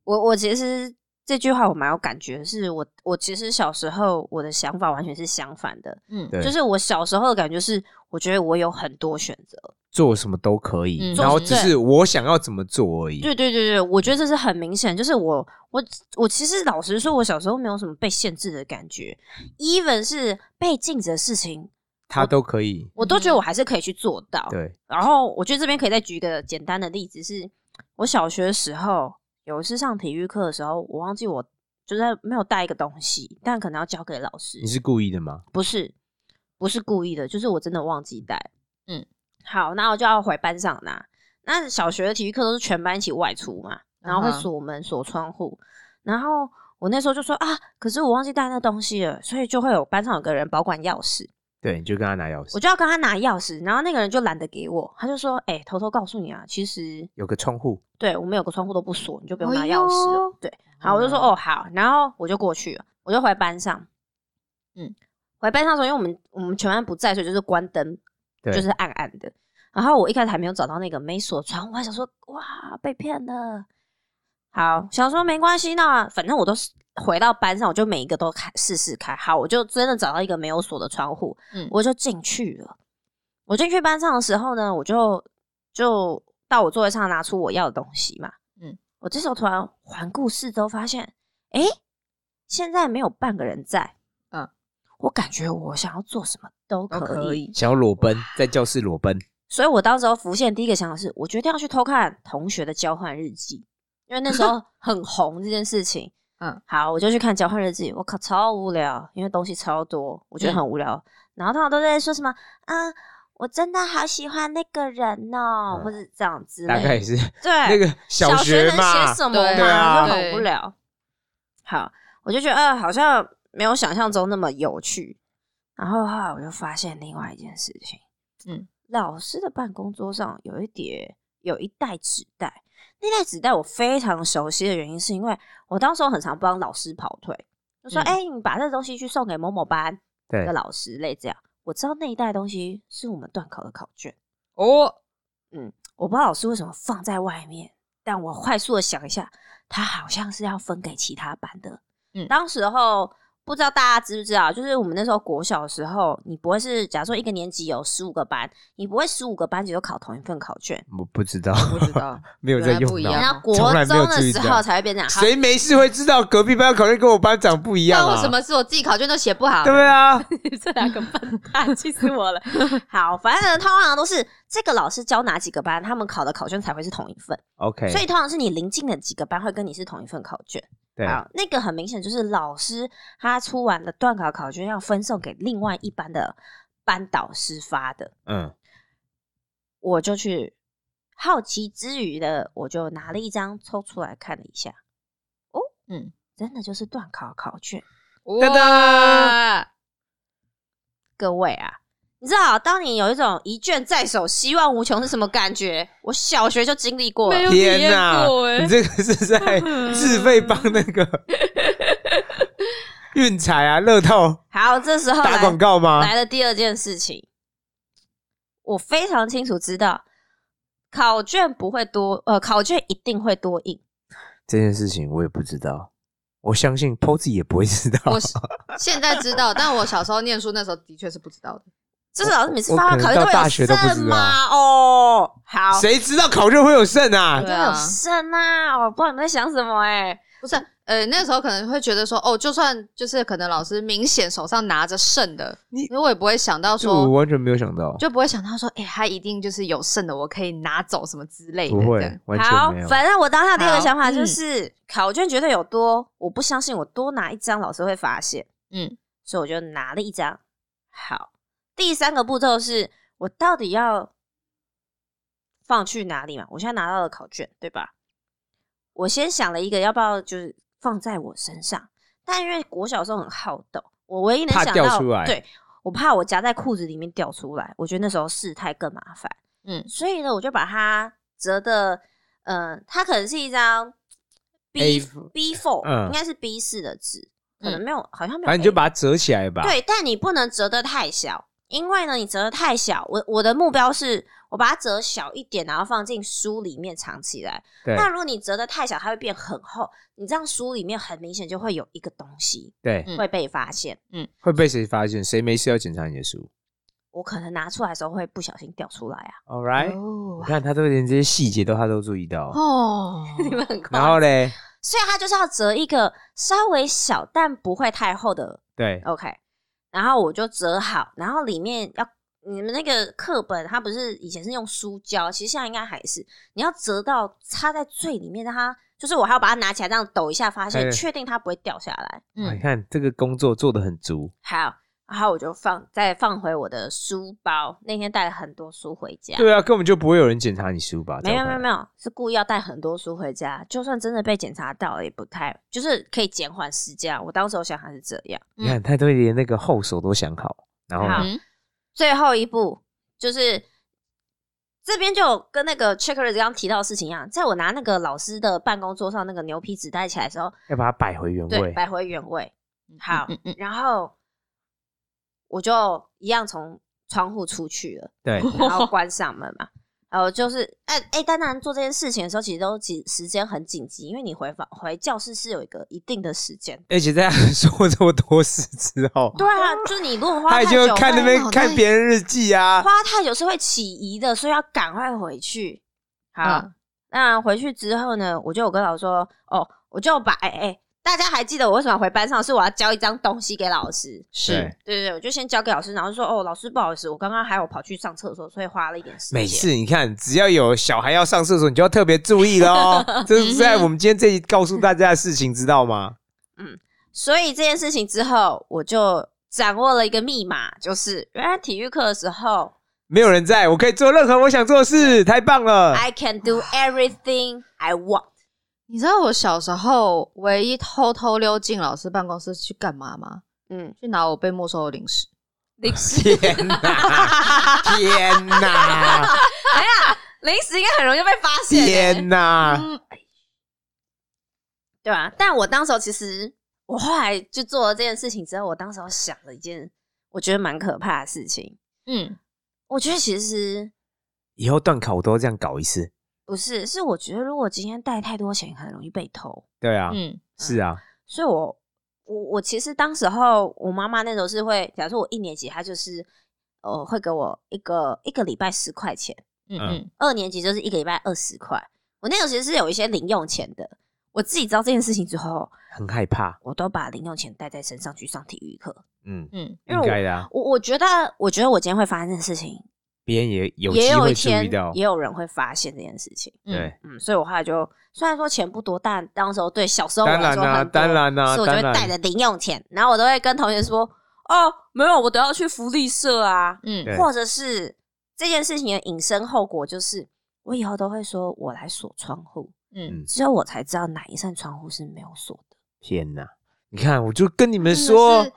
S1: 我我其实这句话我蛮有感觉，是我我其实小时候我的想法完全是相反的，
S3: 嗯，
S2: 对
S1: 就是我小时候的感觉是，我觉得我有很多选择。
S2: 做什么都可以，
S3: 嗯
S2: 然后
S3: 做
S2: 只是我想要怎么做而已。
S1: 对对对对，我觉得这是很明显，就是我我我其实老实说，我小时候没有什么被限制的感觉，even 是被禁止的事情，
S2: 他都可以。
S1: 我都觉得我还是可以去做到。
S2: 嗯对，
S1: 然后我觉得这边可以再举一个简单的例子，是我小学的时候有一次上体育课的时候，我忘记我就是没有带一个东西，但可能要交给老师
S2: 你。是故意的吗？
S1: 不是，不是故意的，就是我真的忘记带。
S3: 嗯，
S1: 好，那我就要回班上拿。那小学的体育课都是全班一起外出嘛，然后会
S3: 嗯哼
S1: 锁门、锁窗户。然后我那时候就说啊，可是我忘记带那东西了，所以就会有班上有个人保管钥匙。
S2: 对，你就跟他拿钥匙
S1: 我。就要跟他拿钥匙，然后那个人就懒得给我，他就说：“哎、偷偷告诉你啊，其实
S2: 有个窗户，
S1: 对我们有个窗户都不锁，你就不用拿
S3: 哎
S1: 钥匙了。
S3: 呦
S1: 对，好，我就说：“哦，好。”然后我就过去了，我就回班上。
S3: 嗯
S1: 嗯，回班上的时候，因为我们我们全班不在，所以就是关灯，
S2: 对，
S1: 就是暗暗的。然后我一开始还没有找到那个没锁窗户，我还想说：“哇，被骗了。”好，想说没关系，那反正我都是回到班上，我就每一个都开试试开。好，我就真的找到一个没有锁的窗户，
S3: 嗯
S1: 我就进去了。我进去班上的时候呢，我就就到我座位上拿出我要的东西嘛。
S3: 嗯
S1: 嗯，我这时候突然环顾四周，发现，诶，现在没有半个人在。
S3: 嗯
S1: 嗯，我感觉我想要做什么都可
S3: 都
S1: 以，
S3: 可以，
S2: 想要裸奔，在教室裸奔。
S1: 所以我当时候浮现第一个想法是，我决定要去偷看同学的交换日记，因为那时 候很红这件事情。
S3: 嗯，
S1: 好，我就去看交换日记，我靠，超无聊，因为东西超多，我觉得
S3: 嗯
S1: 很无聊。然后他们都在说什么啊，我真的好喜欢那个人哦，
S2: 嗯
S1: 或者这样之
S2: 大
S1: 类
S2: 概
S1: 的。
S2: 也是
S1: 对，
S2: 那个小
S1: 学能
S2: 嘛
S1: 写，什么
S3: 对
S2: 啊
S1: 嘛，就很无聊。好，我就觉得呃，好像没有想象中那么有趣。然后后来我就发现另外一件事情，
S3: 嗯
S1: 嗯，老师的办公桌上有一叠有一袋纸袋，那袋纸袋我非常熟悉的原因是因为我当时候很常帮老师跑腿，就说
S3: 嗯
S1: 哎、你把这东西去送给某某班
S2: 对
S1: 的，老师类这样。我知道那一袋东西是我们段考的考卷。
S3: 哦，
S1: 嗯，我不知道老师为什么放在外面，但我快速的想一下，他好像是要分给其他班的。
S3: 嗯
S1: 当时候不知道大家知不知道，就是我们那时候国小的时候，你不会是假如说一个年级有十五个班，你不会十五个班级都考同一份考卷，
S2: 我不知道，
S3: 不知道，
S2: 没有
S1: 啊
S2: 在
S3: 原来不
S2: 用
S3: 一
S2: 脑
S3: 样
S1: 然后国
S2: 从来没有
S1: 中的
S2: 注意
S1: 时
S2: 到
S1: 候才会变这样。好
S2: 谁没事会知道隔壁班的考卷跟我班长不一样
S3: 那
S2: 啊？
S3: 我什么事我自己考卷都写不好，
S2: 对 啊，
S1: 这两个笨蛋，气死我了。 好，反正呢，通常都是这个老师教哪几个班，他们考的考卷才会是同一份，
S2: OK，
S1: 所以通常是你临近的几个班会跟你是同一份考卷。
S2: 对，
S1: 好，那个很明显就是老师他出完的段考考卷要分送给另外一班的班导师发的，
S2: 嗯，
S1: 我就去好奇之余的，我就拿了一张抽出来看了一下，哦，
S3: 嗯，
S1: 真的就是段考考卷。
S2: 哒哒，
S3: 哇，
S1: 各位啊，你知道，当你有一种一卷在手，希望无穷是什么感觉？我小学就经历过
S3: 没
S1: 了。
S3: 有体
S2: 天
S3: 验
S2: 哪
S3: 过，欸
S2: 你这个是 在自费帮那个运彩啊、乐透
S1: 好，这时候
S2: 打
S1: 来
S2: 广告吗？
S1: 来了第二件事情，我非常清楚知道，考卷不会多，呃，考卷一定会多印。
S2: 这件事情我也不知道，我相信 Posy 也不会知道。
S3: 我是现在知道，但我小时候念书那时候的确是不知道的。
S1: 就是老师每次
S2: 我
S1: 发
S2: 可能
S1: 考卷
S2: 哦到
S1: 会有
S2: 大学都不知
S1: 剩吗？哦，好，
S2: 谁知道考卷会有剩啊
S1: 都？
S3: 对啊
S1: 有剩啊！我不知道你们在想什么哎、
S3: 不是，呃，那时候可能会觉得说，哦，就算就是可能老师明显手上拿着剩的，
S2: 你
S3: 因为我也不会想到
S2: 这我
S3: 说，
S2: 完全没有想到，
S3: 就不会想到说，哎、他一定就是有剩的，我可以拿走什么之类的。
S2: 不
S3: 这
S2: 会
S3: 样，
S2: 完
S1: 好
S2: 全没，有。
S1: 反正我当下第二个
S3: 好
S1: 想法就
S3: 嗯
S1: 是、考卷绝对有多，我不相信我多拿一张老师会发现，
S3: 嗯，
S1: 所以我就拿了一张。好，第三个步骤是我到底要放去哪里嘛？我现在拿到了考卷，对吧？我先想了一个，要不要就是放在我身上？但因为国小的时候很好斗，我唯一能
S2: 怕
S1: 想到，
S2: 掉出来
S1: 对我怕我夹在裤子里面掉出来，我觉得那时候事态更麻烦。
S3: 嗯
S1: 所以呢，我就把它折的，嗯、它可能是一张 B
S2: A4
S1: B four，、
S2: 嗯
S1: 应该是 B 四的纸，可能
S3: 嗯
S1: 没有，好像没有 A4。
S2: 反正你就把它折起来吧。
S1: 对，但你不能折的太小，因为呢，你折的太小，我我的目标是我把它折小一点，然后放进书里面藏起来。
S2: 对
S1: 那如果你折的太小，它会变很厚，你这样书里面很明显就会有一个东西
S2: 对
S3: 嗯
S1: 会被发现。
S2: 会被谁发现？谁没事要检查你的书
S1: 我可能拿出来的时候会不小心掉出来啊！
S2: ？All right，
S3: 哦
S2: 我看他都连这些细节都他都注意到。
S3: 哦，
S1: 你们很夸
S2: 然后嘞，
S1: 所以它就是要折一个稍微小但不会太厚的
S2: 对
S1: OK，然后我就折好，然后里面要你们那个课本，它不是以前是用书胶，其实现在应该还是你要折到插在最里面，让它就是我还要把它拿起来这样抖一下，发
S2: 哎
S1: 现确定它不会掉下来。
S2: 哇你
S3: 嗯，
S2: 看这个工作做得很足，
S1: 好，然后我就放再放回我的书包，那天带了很多书回家。
S2: 对啊，根本就不会有人检查你书吧？
S1: 没有没有没
S2: 有，
S1: 有，是故意要带很多书回家，就算真的被检查到了，也不太就是可以减缓时间啊。我当时我想还是这样。
S2: 你看他都连那个后手都想好，然后
S1: 嗯好
S2: 呢
S3: 嗯
S1: 最后一步就是这边就有跟那个 checklist 刚刚提到的事情一样，在我拿那个老师的办公桌上那个牛皮纸袋起来的时候，
S2: 要把它摆回原
S1: 对，
S2: 位。
S1: 摆回原位，好
S3: 嗯嗯，
S1: 然后我就一样从窗户出去了，
S2: 对，
S1: 然后关上门嘛。然后就是，哎、哎、当然做这件事情的时候，其实都紧时间很紧急，因为你回房回教室是有一个一定的时间。
S2: 而且在他说这么多事之后，
S1: 对啊，就是你如果花
S2: 他
S1: 太
S2: 已
S1: 久
S2: 经
S1: 会，
S2: 看那边
S3: 脑袋
S2: 看别人日记啊。
S1: 花太久是会起疑的，所以要赶快回去。好，
S3: 嗯
S1: 那回去之后呢，我就有跟老师说，哦，我就把哎哎、大家还记得我为什么回班上？是我要交一张东西给老师。
S2: 对
S3: 是，
S1: 对对对，我就先交给老师，然后说哦，老师不好意思，我刚刚还有跑去上厕所，所以花了一点时间。
S2: 每次你看，只要有小孩要上厕所，你就要特别注意 喽。这是在我们今天这一集告诉大家的事情，知道吗？
S1: 所以这件事情之后，我就掌握了一个密码，就是原来体育课的时候、
S2: 没有人在，我可以做任何我想做的
S1: 哎
S2: 事，太棒了！
S1: i can do everything I want。
S3: 你知道我小时候唯一偷偷溜进老师办公室去干嘛吗？
S1: 嗯，
S3: 去拿我被没收的零食。
S1: 零食，
S2: 天哪，天哪，
S1: 零食应该很容易就被发现、欸。
S2: 天哪！
S3: 嗯，
S1: 对啊，但我当时候其实，我后来就做了这件事情之后，我当时候想了一件我觉得蛮可怕的事情。
S3: 嗯，
S1: 我觉得其实
S2: 以后断考我都要这样搞一次。
S1: 不是，是我觉得如果今天带太多钱，很容易被偷，
S2: 对啊，
S3: 嗯，
S2: 是啊，
S1: 所以我我我其实当时候我妈妈那时候是会，假如说我一年级，她就是呃会给我一个一个礼拜十块钱，
S3: 嗯
S2: 嗯
S3: 嗯，
S1: 二年级就是一个礼拜二十块。我那时候其实是有一些零用钱的。我自己知道这件事情之后，
S2: 很害怕，
S1: 我都把零用钱带在身上去上体育课。
S2: 嗯，
S3: 嗯，
S1: 因为
S2: 应
S1: 我
S2: 该的啊，
S1: 我我觉得，我觉得我今天会发生这件事情，
S2: 别人也有
S1: 也
S2: 机
S1: 有一
S2: 会注
S1: 天
S2: 意到，
S1: 也有人会发现这件事情。
S3: 嗯
S2: 对，
S1: 嗯，所以我后来就虽然说钱不多，但当时候对小时候我
S2: 当
S1: 来
S2: 然
S1: 说
S2: 啦、
S1: 很多
S2: 当然啦、
S1: 所以我就
S2: 当
S1: 会
S2: 然，
S1: 带着零用钱，然后我都会跟同学说：“哦，没有，我等下去福利社啊。
S3: 嗯
S2: 对”
S1: 或者是这件事情的引申后果就是，我以后都会说我来锁窗户，
S3: 嗯
S2: 嗯
S1: 只有我才知道哪一扇窗户是没有锁的。
S2: 天哪！你看，我就跟你们
S3: 真的
S2: 说
S3: 是，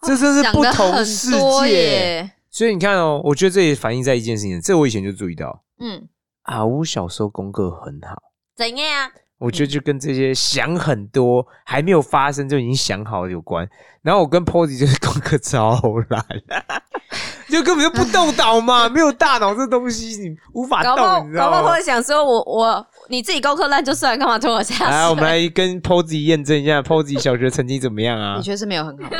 S2: 这真是
S3: 想
S2: 不
S3: 得
S2: 同
S3: 很
S2: 世
S3: 多
S2: 界。
S3: 耶，
S2: 所以你看哦，我觉得这也反映在一件事情，这我以前就注意到，
S3: 嗯，
S2: 阿乌小时候功课很好，
S1: 怎样？啊
S2: 我
S3: 嗯
S2: 觉得就跟这些想很多还没有发生就已经想好有关。然后我跟 Posy 就是功课超烂， 就根本就不动脑嘛，没有大脑这东西你无法
S1: 搞不好
S2: 动，你知
S1: 搞
S2: 道
S1: 不好
S2: 吗
S1: 会？想说我我你自己功课烂就算，干嘛拖我下水？
S2: 啊哎来，我们来跟 Posy 验证一下 Posy 小学成绩怎么样啊
S3: 的？确是没有很好，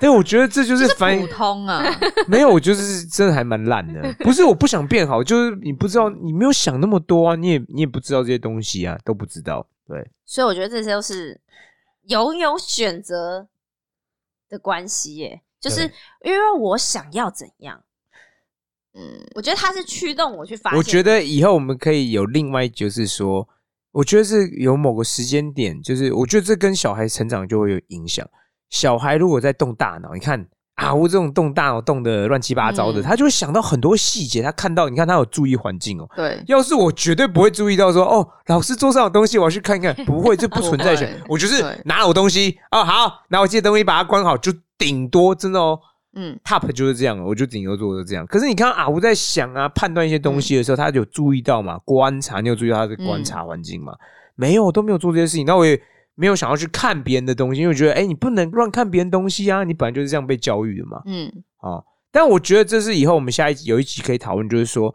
S2: 对，我觉得这就是反映
S3: 普通啊，
S2: 没有，我就是真的还蛮烂的。不是我不想变好，就是你不知道，你没有想那么多啊，你也你也不知道这些东西啊，都不知道。对，
S1: 所以我觉得这些都是拥有选择的关系耶，就是因
S2: 对
S1: 为我想要怎样，
S3: 嗯
S1: 我觉得它是驱动我去发现。
S2: 我觉得以后我们可以有另外就是说，我觉得是有某个时间点，就是我觉得这跟小孩成长就会有影响。小孩如果在动大脑，你看啊，我这种动大脑动的乱七八糟的，
S3: 嗯
S2: 他就会想到很多细节，他看到你看他有注意环境哦，
S3: 对，
S2: 要是我 绝对不会注意到说，哦，老师桌上有东西，我要去看 看，不会，这不存在
S3: 不
S2: 选
S3: 会，
S2: 我就是
S3: 对
S2: 拿我东西，哦，好，拿我这些东西把它关好，就顶多真的哦
S3: 嗯
S2: ，top 就是这样，我就顶多做的这样。可是你看啊，我在想啊，判断一些东西的时候，他有注意到嘛？观察，你有注意到他在观察环境吗？没有，都没有做这些事情，那我也。没有想要去看别人的东西，因为我觉得，哎，你不能乱看别人东西啊！你本来就是这样被教育的嘛。
S3: 嗯
S2: 哦，但我觉得这是以后我们下一集有一集可以讨论，就是说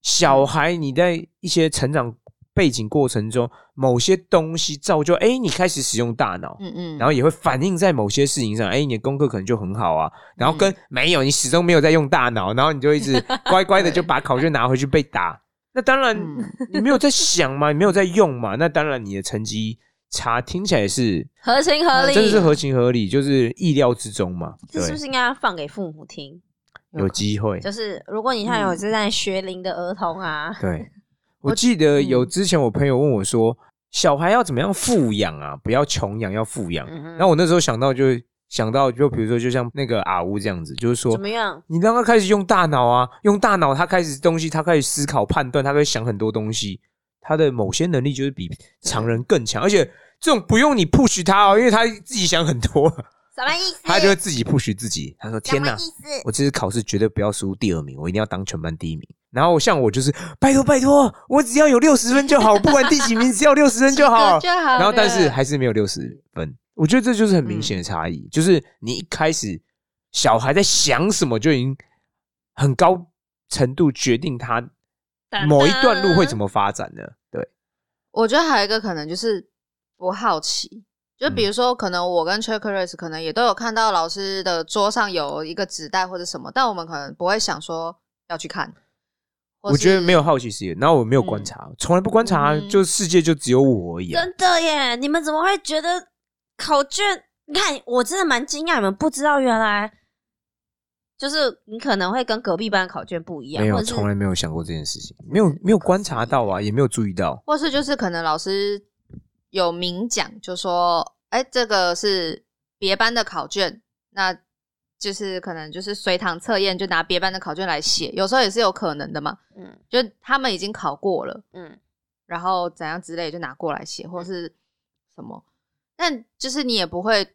S2: 小
S1: 嗯
S2: 孩你在一些成长背景过程中，某些东西造就，哎，你开始使用大脑。
S3: 嗯嗯，
S2: 然后也会反映在某些事情上，哎，你的功课可能就很好啊。然后
S1: 嗯
S2: 跟没有，你始终没有在用大脑，然后你就一 直乖乖的就把考卷拿回去被打。那当然，
S3: 嗯
S2: 你没有在想嘛，你没有在用嘛，那当然你的成绩差听起来是
S1: 合情合理，
S2: 呃真的是合情合理，就是意料之中嘛。
S1: 这
S2: 对
S1: 是，不是应该放给父母听？
S2: 有机会
S1: 就是如果你像
S2: 嗯
S1: 有正在学龄的儿童啊，
S2: 对，我记得有
S3: 嗯
S2: 之前我朋友问我说，小孩要怎么样富养啊？不要穷养，要富养。
S1: 嗯
S2: 然后我那时候想到就想到，就比如说，就像那个阿乌这样子，就是说
S1: 怎，么样？
S2: 你让他开始用大脑啊，用大脑，他开始东西，他开始思考判断，他开始想很多东西，他的某些能力就是比常人更强，而且。这种不用你 push 他哦，因为他自己想很多，
S1: 什么意思？
S2: 他就会自己 push 自己。他说：“
S1: 什
S2: 天
S1: 么
S2: 哪，
S1: 意思？
S2: 我这次考试绝对不要输第二名，我一定要当全班第一名。然后像我就是，拜托拜托，我只要有六十分就好，不管第几名，只要六十分就好。
S3: 就好了。嗯
S2: 然后但是还是没有六十分，我觉得这就是很明显的差异，就是你一开始小孩在想什么，就已经很高程度决定他某一段路会怎
S1: 么？
S2: 么发展了。对，
S3: 我觉得还有一个可能就是我好奇，就
S2: 嗯
S3: 比如说，可能我跟 Chuck Race 可能也都有看到老师的桌上有一个纸袋或者什么，但我们可能不会想说要去看。或
S2: 我觉得
S3: 是
S2: 没有，好奇心，然后我没有观察，从来不观察啊，
S3: 嗯
S2: 就世界就只有我而已啊。
S1: 真的耶！你们怎么会觉得考卷？你看，我真的蛮惊讶，你们不知道原来就是你可能会跟隔壁班的考卷不一样，
S2: 没有，
S1: 或者
S2: 从
S1: 是
S2: 来没有想过这件事情，没有没有观察到啊，也没有注意到。
S3: 或是就是可能老师有明讲，就说，哎、这个是别班的考卷，那就是可能就是随堂测验，就拿别班的考卷来写，有时候也是有可能的嘛。
S1: 嗯
S3: 就他们已经考过了，
S1: 嗯，
S3: 然后怎样之类就拿过来写，或是什么，但就是你也不会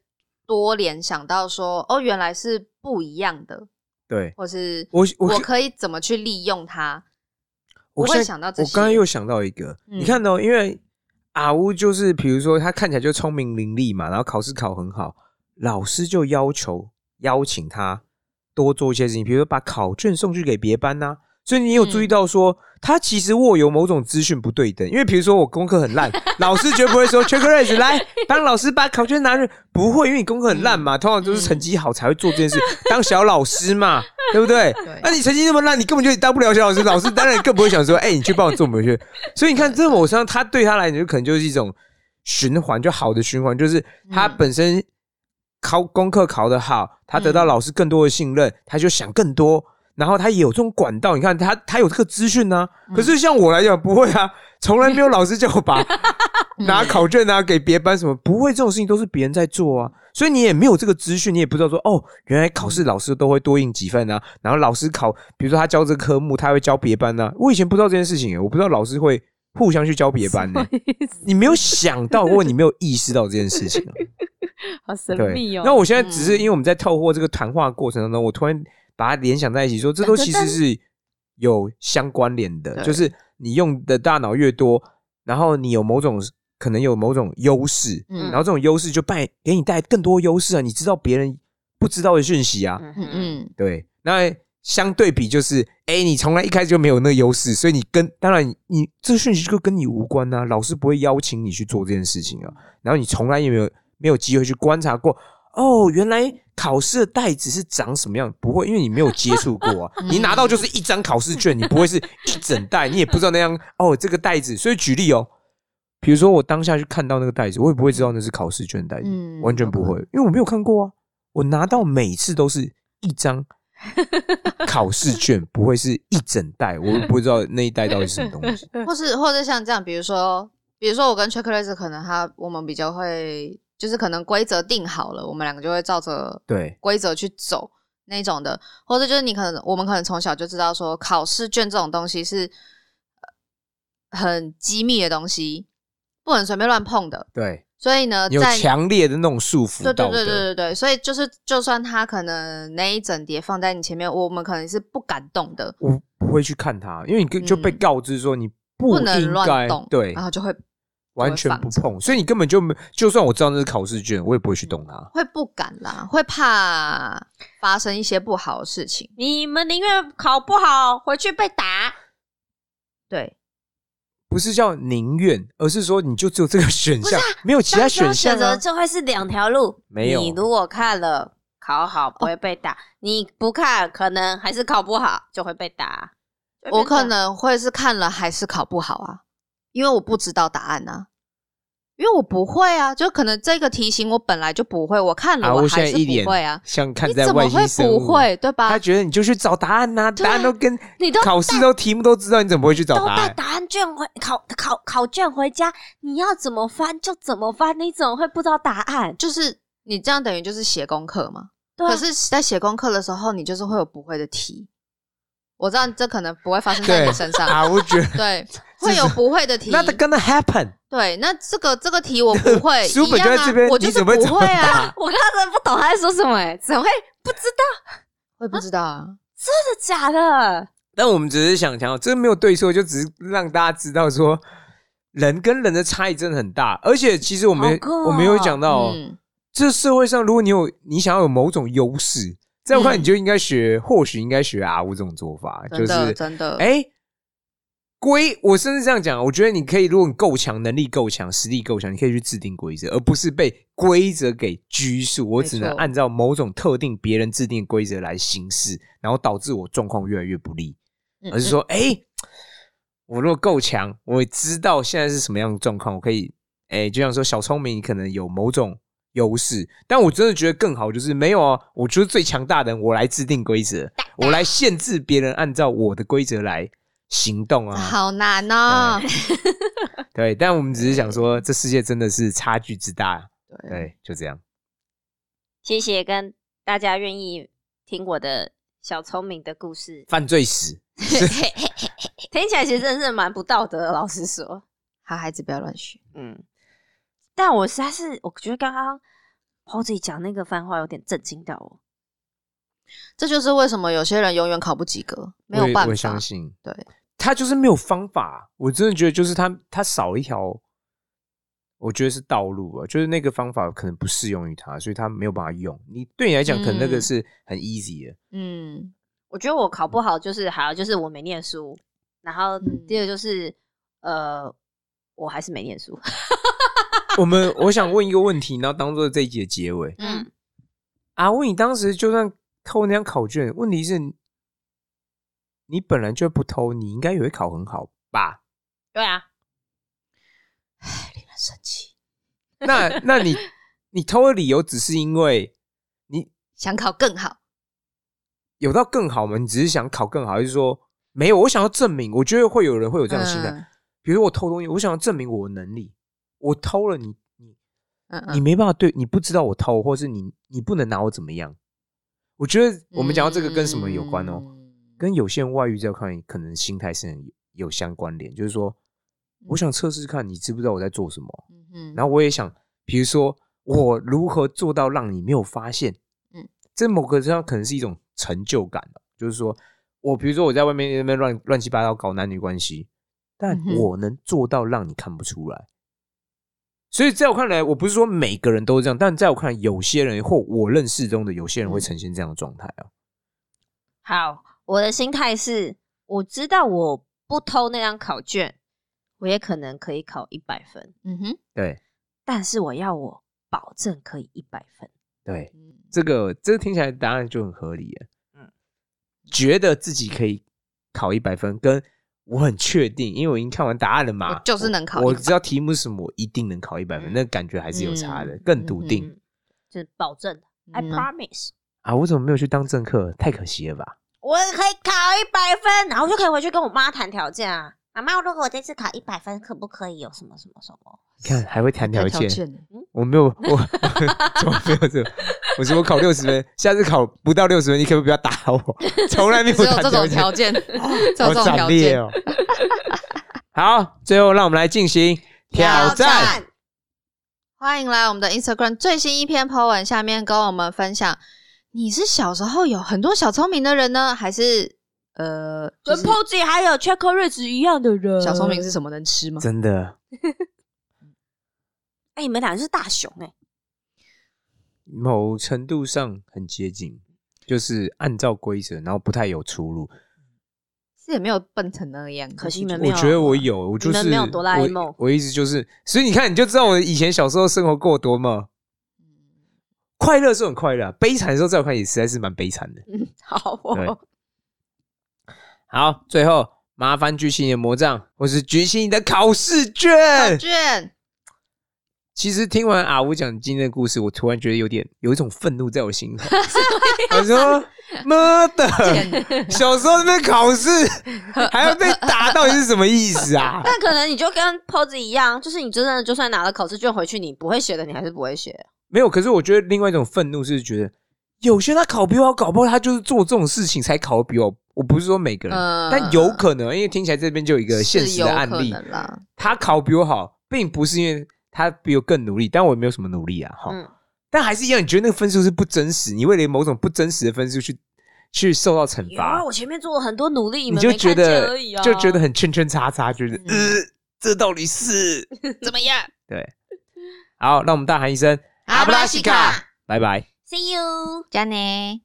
S3: 多联想到说，哦，原来是不一样的，
S2: 对
S3: 或是
S2: 我，我
S3: 我可以怎么去利用它。
S2: 我
S3: 我会
S2: 现在
S3: 想到这
S2: 我刚刚
S3: 些
S2: 又想到一个，
S3: 嗯
S2: 你看哦，因为阿乌就是比如说他看起来就聪明伶俐嘛，然后考试考很好，老师就要求邀请他多做一些事情，比如说把考卷送去给别班呐、所以你有注
S3: 嗯
S2: 意到说，他其实握有某种资讯不对等，因为比如说我功课很 烂，老师绝不会说 check raise 来帮老师把考卷拿去，不会，因为你功课很烂
S3: 嗯
S2: 嘛，通常都是成绩好才会做这件事， 当小老师嘛，对不对？
S3: 对
S2: 那、你成绩那么烂，你根本就当不了小老师，老师当然更不会想说，哎、你去帮我做某些。所以你看，这某上他对他来讲，就可能就是一种循环，就好的循环，就是他
S3: 嗯
S2: 本身考功课考得好，他得到老师更多的信任，他就想更多。然后他也有这种管道，你看他他有这个资讯呢、可是像我来讲不会啊，从来没有老师叫我把拿考卷啊给别班什么，不会这种事情都是别人在做啊，所以你也没有这个资讯，你也不知道说哦，原来考试老师都会多印几份啊，然后老师考，比如说他教这个科目，他会教别班啊，我以前不知道这件事情欸耶、我不知道老师会互相去教别班呢、你没有想到或你没有意识到这件事情、啊。
S1: 好神秘
S2: 对，
S1: 哦。
S2: 那我现在只是因为我们在透过这个谈话过程当中，我突然把它联想在一起说这都其实是有相关联的，
S3: 对
S2: 就是你用的大脑越多，然后你有某种可能有某种优势，
S3: 嗯
S2: 然后这种优势就带给你带来更多优势啊，你知道别人不知道的讯息啊，
S1: 嗯
S3: 嗯
S1: 嗯，
S3: 嗯，
S2: 对，那。相对比就是，哎、你从来一开始就没有那个优势，所以你跟当然你你这讯息就跟你无关啊呐、老师不会邀请你去做这件事情啊。然后你从来也没有没有机会去观察过，哦，原来考试的袋子是长什么样？不会，因为你没有接触过啊。你拿到就是一张考试卷，你不会是一整袋，你也不知道那样哦，这个袋子。所以举例哦，比如说我当下去看到那个袋子，我也不会知道那是考试卷的袋子，
S3: 嗯
S2: 完全不会，因为我没有看过啊。我拿到每次都是一 张考试卷，不会是一整袋，我也不 知道那一袋到底是什么东西。
S3: 或是或者像这样，比如说，比如说我跟 Chocolate 可能他我们比较会，就是可能规则定好了，我们两个就会照着
S2: 对，
S3: 规则去走那种的，或者就是你可能我们可能从小就知道说考试卷这种东西是呃很机密的东西，不能随便乱碰的。
S2: 对，
S3: 所以呢，
S2: 有
S3: 呃在
S2: 强烈的那种束缚
S3: 对对
S2: 道德。
S3: 对对对对，所以就是就算他可能那一整叠放在你前面，我们可能是不敢动的，
S2: 我不会去看它，因为你跟就被
S3: 嗯
S2: 告知说你不
S3: 不
S2: 应
S3: 能
S2: 该
S3: 乱动，
S2: 对
S3: 然，后就会
S2: 完全不碰，所以你根本就没就算我知道那是考试卷，我也不会去动它。
S3: 会不敢啦，会怕发生一些不好的事情。
S1: 你们宁愿考不好回去被打，对，
S2: 不是叫宁愿，而是说你就只有这个选项，
S3: 啊
S2: 没有其他
S1: 当时候
S2: 选项
S1: 选择
S2: 啊。
S1: 就会是两条路。
S2: 没有
S1: 你如果看了考好不会被打，你不看可能还是考不好就会被打。
S3: 我可能会是看了还是考不好啊，因为我不知道答案啊，因为我不会啊，就可能这个题型我本来就不会，我看了
S2: 啊，
S3: 我
S2: 我
S3: 还
S2: 现
S3: 是
S2: 在一脸
S3: 不会啊，
S2: 像看
S3: 你
S2: 在
S3: 怎
S2: 外
S3: 么
S2: 星
S3: 会
S2: 生物，
S3: 不会对吧啊
S2: 他？觉得你就去找答案呐、
S1: 对
S2: 答案都跟
S1: 你都
S2: 考试都题目都知道，你怎么会去找
S1: 都
S2: 答
S1: 带
S2: 案？
S1: 答案卷回考考考卷回家，你要怎么翻就怎么翻，你怎么会不知道答案？
S3: 就是你这样等于就是写功课嘛。
S1: 对啊
S3: 可是，在写功课的时候，你就是会有不会的题。我知道这可能不会发生在你身上，
S2: 啊，我觉得
S3: 对，会有不会的题。
S2: 那 t gonna happen，
S3: 对，那这个这个题我不会，
S2: 书本
S3: 一
S2: 就在
S3: 样啊
S2: 这边
S3: 我
S2: 你
S3: 就是
S2: 怎
S3: 不
S2: 么会
S3: 会
S2: 怎么
S3: 啊，
S2: 答
S1: 我刚才不懂他在说什么、哎，怎么会不知道？
S3: 会不知道啊。
S1: 真的假的？
S2: 但我们只是想强调，这没有对错，就只是让大家知道说，人跟人的差异真的很大。而且其实我们、
S1: 好酷哦
S2: 我们有讲到哦，
S3: 嗯，
S2: 这社会上如果你有你想要有某种优势，在我看
S3: 嗯
S2: 你就应该学，或许应该学阿乌这种做法，就
S3: 真的
S2: 是
S3: 真的，
S2: 哎。规，我甚至这样讲，我觉得你可以，如果你够强，能力够强，实力够强，你可以去制定规则，而不是被规则给拘束。我
S3: 没
S2: 只能
S3: 错
S2: 按照某种特定别人制定的规则来行事，然后导致我状况越来越不利。
S3: 嗯
S2: 而是说，哎、我如果够强，我也知道现在是什么样的状况，我可以，哎、就像说小聪明可能有某种优势，但我真的觉得更好就是没有啊，我就是最强大的人，我来制定规则，我来限制别人按照我的规则来行动
S3: 嗯
S2: 啊。
S3: 好难哦。
S2: 对，但我们只是想说，这世界真的是差距之大。
S3: 嗯
S2: 对，就这样。
S1: 谢谢跟大家愿意听我的小聪明的故 事，
S2: 犯罪史，
S1: 听起来其实真的是蛮不道德的，老实说。
S3: 好孩子不要乱学。
S1: 嗯，但我实在是，我觉得刚刚 Posy 讲那个番话有点震惊到我。
S3: 这就是为什么有些人永远考不及格，没有
S2: 我也
S3: 办
S2: 我也
S3: 法
S2: 相。信
S3: 对，
S2: 他就是没有方法。啊我真的觉得就是他他少一条，我觉得是道路啊，就是那个方法可能不适用于他，所以他没有办法用。你对你来讲，可能那个
S3: 嗯
S2: 是很 easy 的，
S3: 嗯，
S1: 我觉得我考不好就是还有就是我没念书，然后
S3: 嗯
S1: 第二个就是呃我还是没念书，
S2: 我们我想问一个问题，然后当做这一集的结尾。
S1: 嗯
S3: 嗯，
S2: 阿问你当时就算偷那张考卷，问题是你本来就不偷，你应该也会考很好吧？
S1: 对啊，唉，令人生气。
S2: 那那你你偷的理由只是因为你
S3: 想考更好，
S2: 有到更好吗？你只是想考更好，还是说没有？我想要证明，我觉得会有人会有这样的心态。
S3: 嗯
S2: 比如说我偷东西，我想要证明我的能力，我偷了你，你
S3: 嗯
S2: 你
S3: 嗯，
S2: 没办法对你不知道我偷，或是你你不能拿我怎么样。我觉得我们讲到这个跟什么有关哦？
S3: 嗯
S2: 跟有些人外遇这块可能心态是很有有相关联，就是说，我想测试看你知不知道我在做什么，
S3: 嗯哼
S2: 然后我也想，比如说我如何做到让你没有发现，嗯
S3: 嗯，
S2: 这某个程度上可能是一种成就感了，就是说我比如说我在外面那边乱乱七八糟搞男女关系，但
S3: 嗯哼
S2: 我能做到让你看不出来。所以在我看来，我不是说每个人都这样，但在我看来，有些人或我认识中的有些人会
S3: 嗯
S2: 呈现这样的状态啊。
S1: 好，我的心态是，我知道我不偷那张考卷，我也可能可以考一百分，
S3: 嗯哼，
S2: 对
S1: 但是我要我保证可以一百分。
S2: 对，
S3: 嗯
S2: 这个这个听起来答案就很合理耶。嗯，觉得自己可以考一百分，跟我很确定，因为我已经看完答案了嘛，
S3: 我就是能考
S2: 我。我
S3: 100
S2: 知道题目是什么，我一定能考一百分，
S1: 嗯
S2: 那感觉还是有差的，
S3: 嗯
S2: 更笃定、
S1: 嗯，就是保证的，I
S3: 嗯
S1: promise，
S2: 啊！我怎么没有去当政客？太可惜了吧！
S1: 我可以考一百分，然后就可以回去跟我妈谈条件啊。妈妈，如果我这次考一百分，可不可以有什么什么什么？
S2: 看还会谈条件，
S3: 件，
S2: 我没有， 我我怎么没有这个？我说我考六十分，下次考不到六十分，你可不可以不要打我？ 从来没有
S3: 只有
S2: 谈
S3: 这
S2: 条
S3: 种
S2: 件
S3: 条件， 只有
S2: 好
S3: 这种条
S2: 惨烈
S3: 件。
S2: 哦！ 好，最后让我们来进行挑战。
S3: 欢迎来我们的 Instagram 最新一篇 po 文下面跟我们分享，你是小时候有很多小聪明的人呢，还是呃，就
S1: 跟
S3: 是
S1: Posy 还有 Check Rich 一样的人，
S3: 小聪明。是什么能吃吗？
S2: 真的
S1: 哎、你们俩是大熊哎、
S2: 某程度上很接近，就是按照规则，然后不太有出入。
S3: 是也没有笨成那样，
S1: 可惜你们没
S2: 我
S1: 有。
S2: 觉得我有，我就是
S1: 你们没有哆啦 A 梦
S2: 我我一直就是，所以你看，你就知道我以前小时候生活过多么快乐，是很快乐啊、悲惨的时候在我看也实在是蛮悲惨的。
S1: 嗯，好
S2: 对
S1: 哦。
S2: 好，最后麻烦举起你的魔杖，或是举起你的考试卷。
S3: 考卷
S2: 其实听完阿吴讲今天的故事，我突然觉得有点有一种愤怒在我心头。我说：“妈的， 小时候那边考 试还要被打，到底是什么意思啊
S1: 但可能你就跟 Pose 一样，就是你真的就算拿了考试卷回去，你不会写的，你还是不会写。？”
S2: 没有，可是我觉得另外一种愤怒是觉得，有些他考比我好，搞不好他就是做这种事情才考得比我好。我不是说每个人，
S3: 嗯
S2: 但有可能，因为听起来这边就有一个现实的案
S3: 是
S2: 例
S3: 有可，能啦，
S2: 他考比我好，并不是因为他比我更努力，但我也没有什么努力啊，哈。
S1: 嗯，
S2: 但还是一样，你觉得那个分数是不真实，你为了某种不真实的分数去去受到惩
S1: 有
S2: 罚
S1: 啊，，我前面做了很多努力，
S2: 你
S1: 们
S2: 就
S1: 没
S2: 觉
S1: 看见
S2: 得
S1: 而已啊，
S2: 就觉得很圈圈叉叉，觉得、
S3: 嗯
S2: 呃，这到底是
S3: 怎么样？
S2: 对。好，让我们大喊一声
S3: 阿布拉西卡
S2: 拜拜。
S1: See you。
S3: 加呢？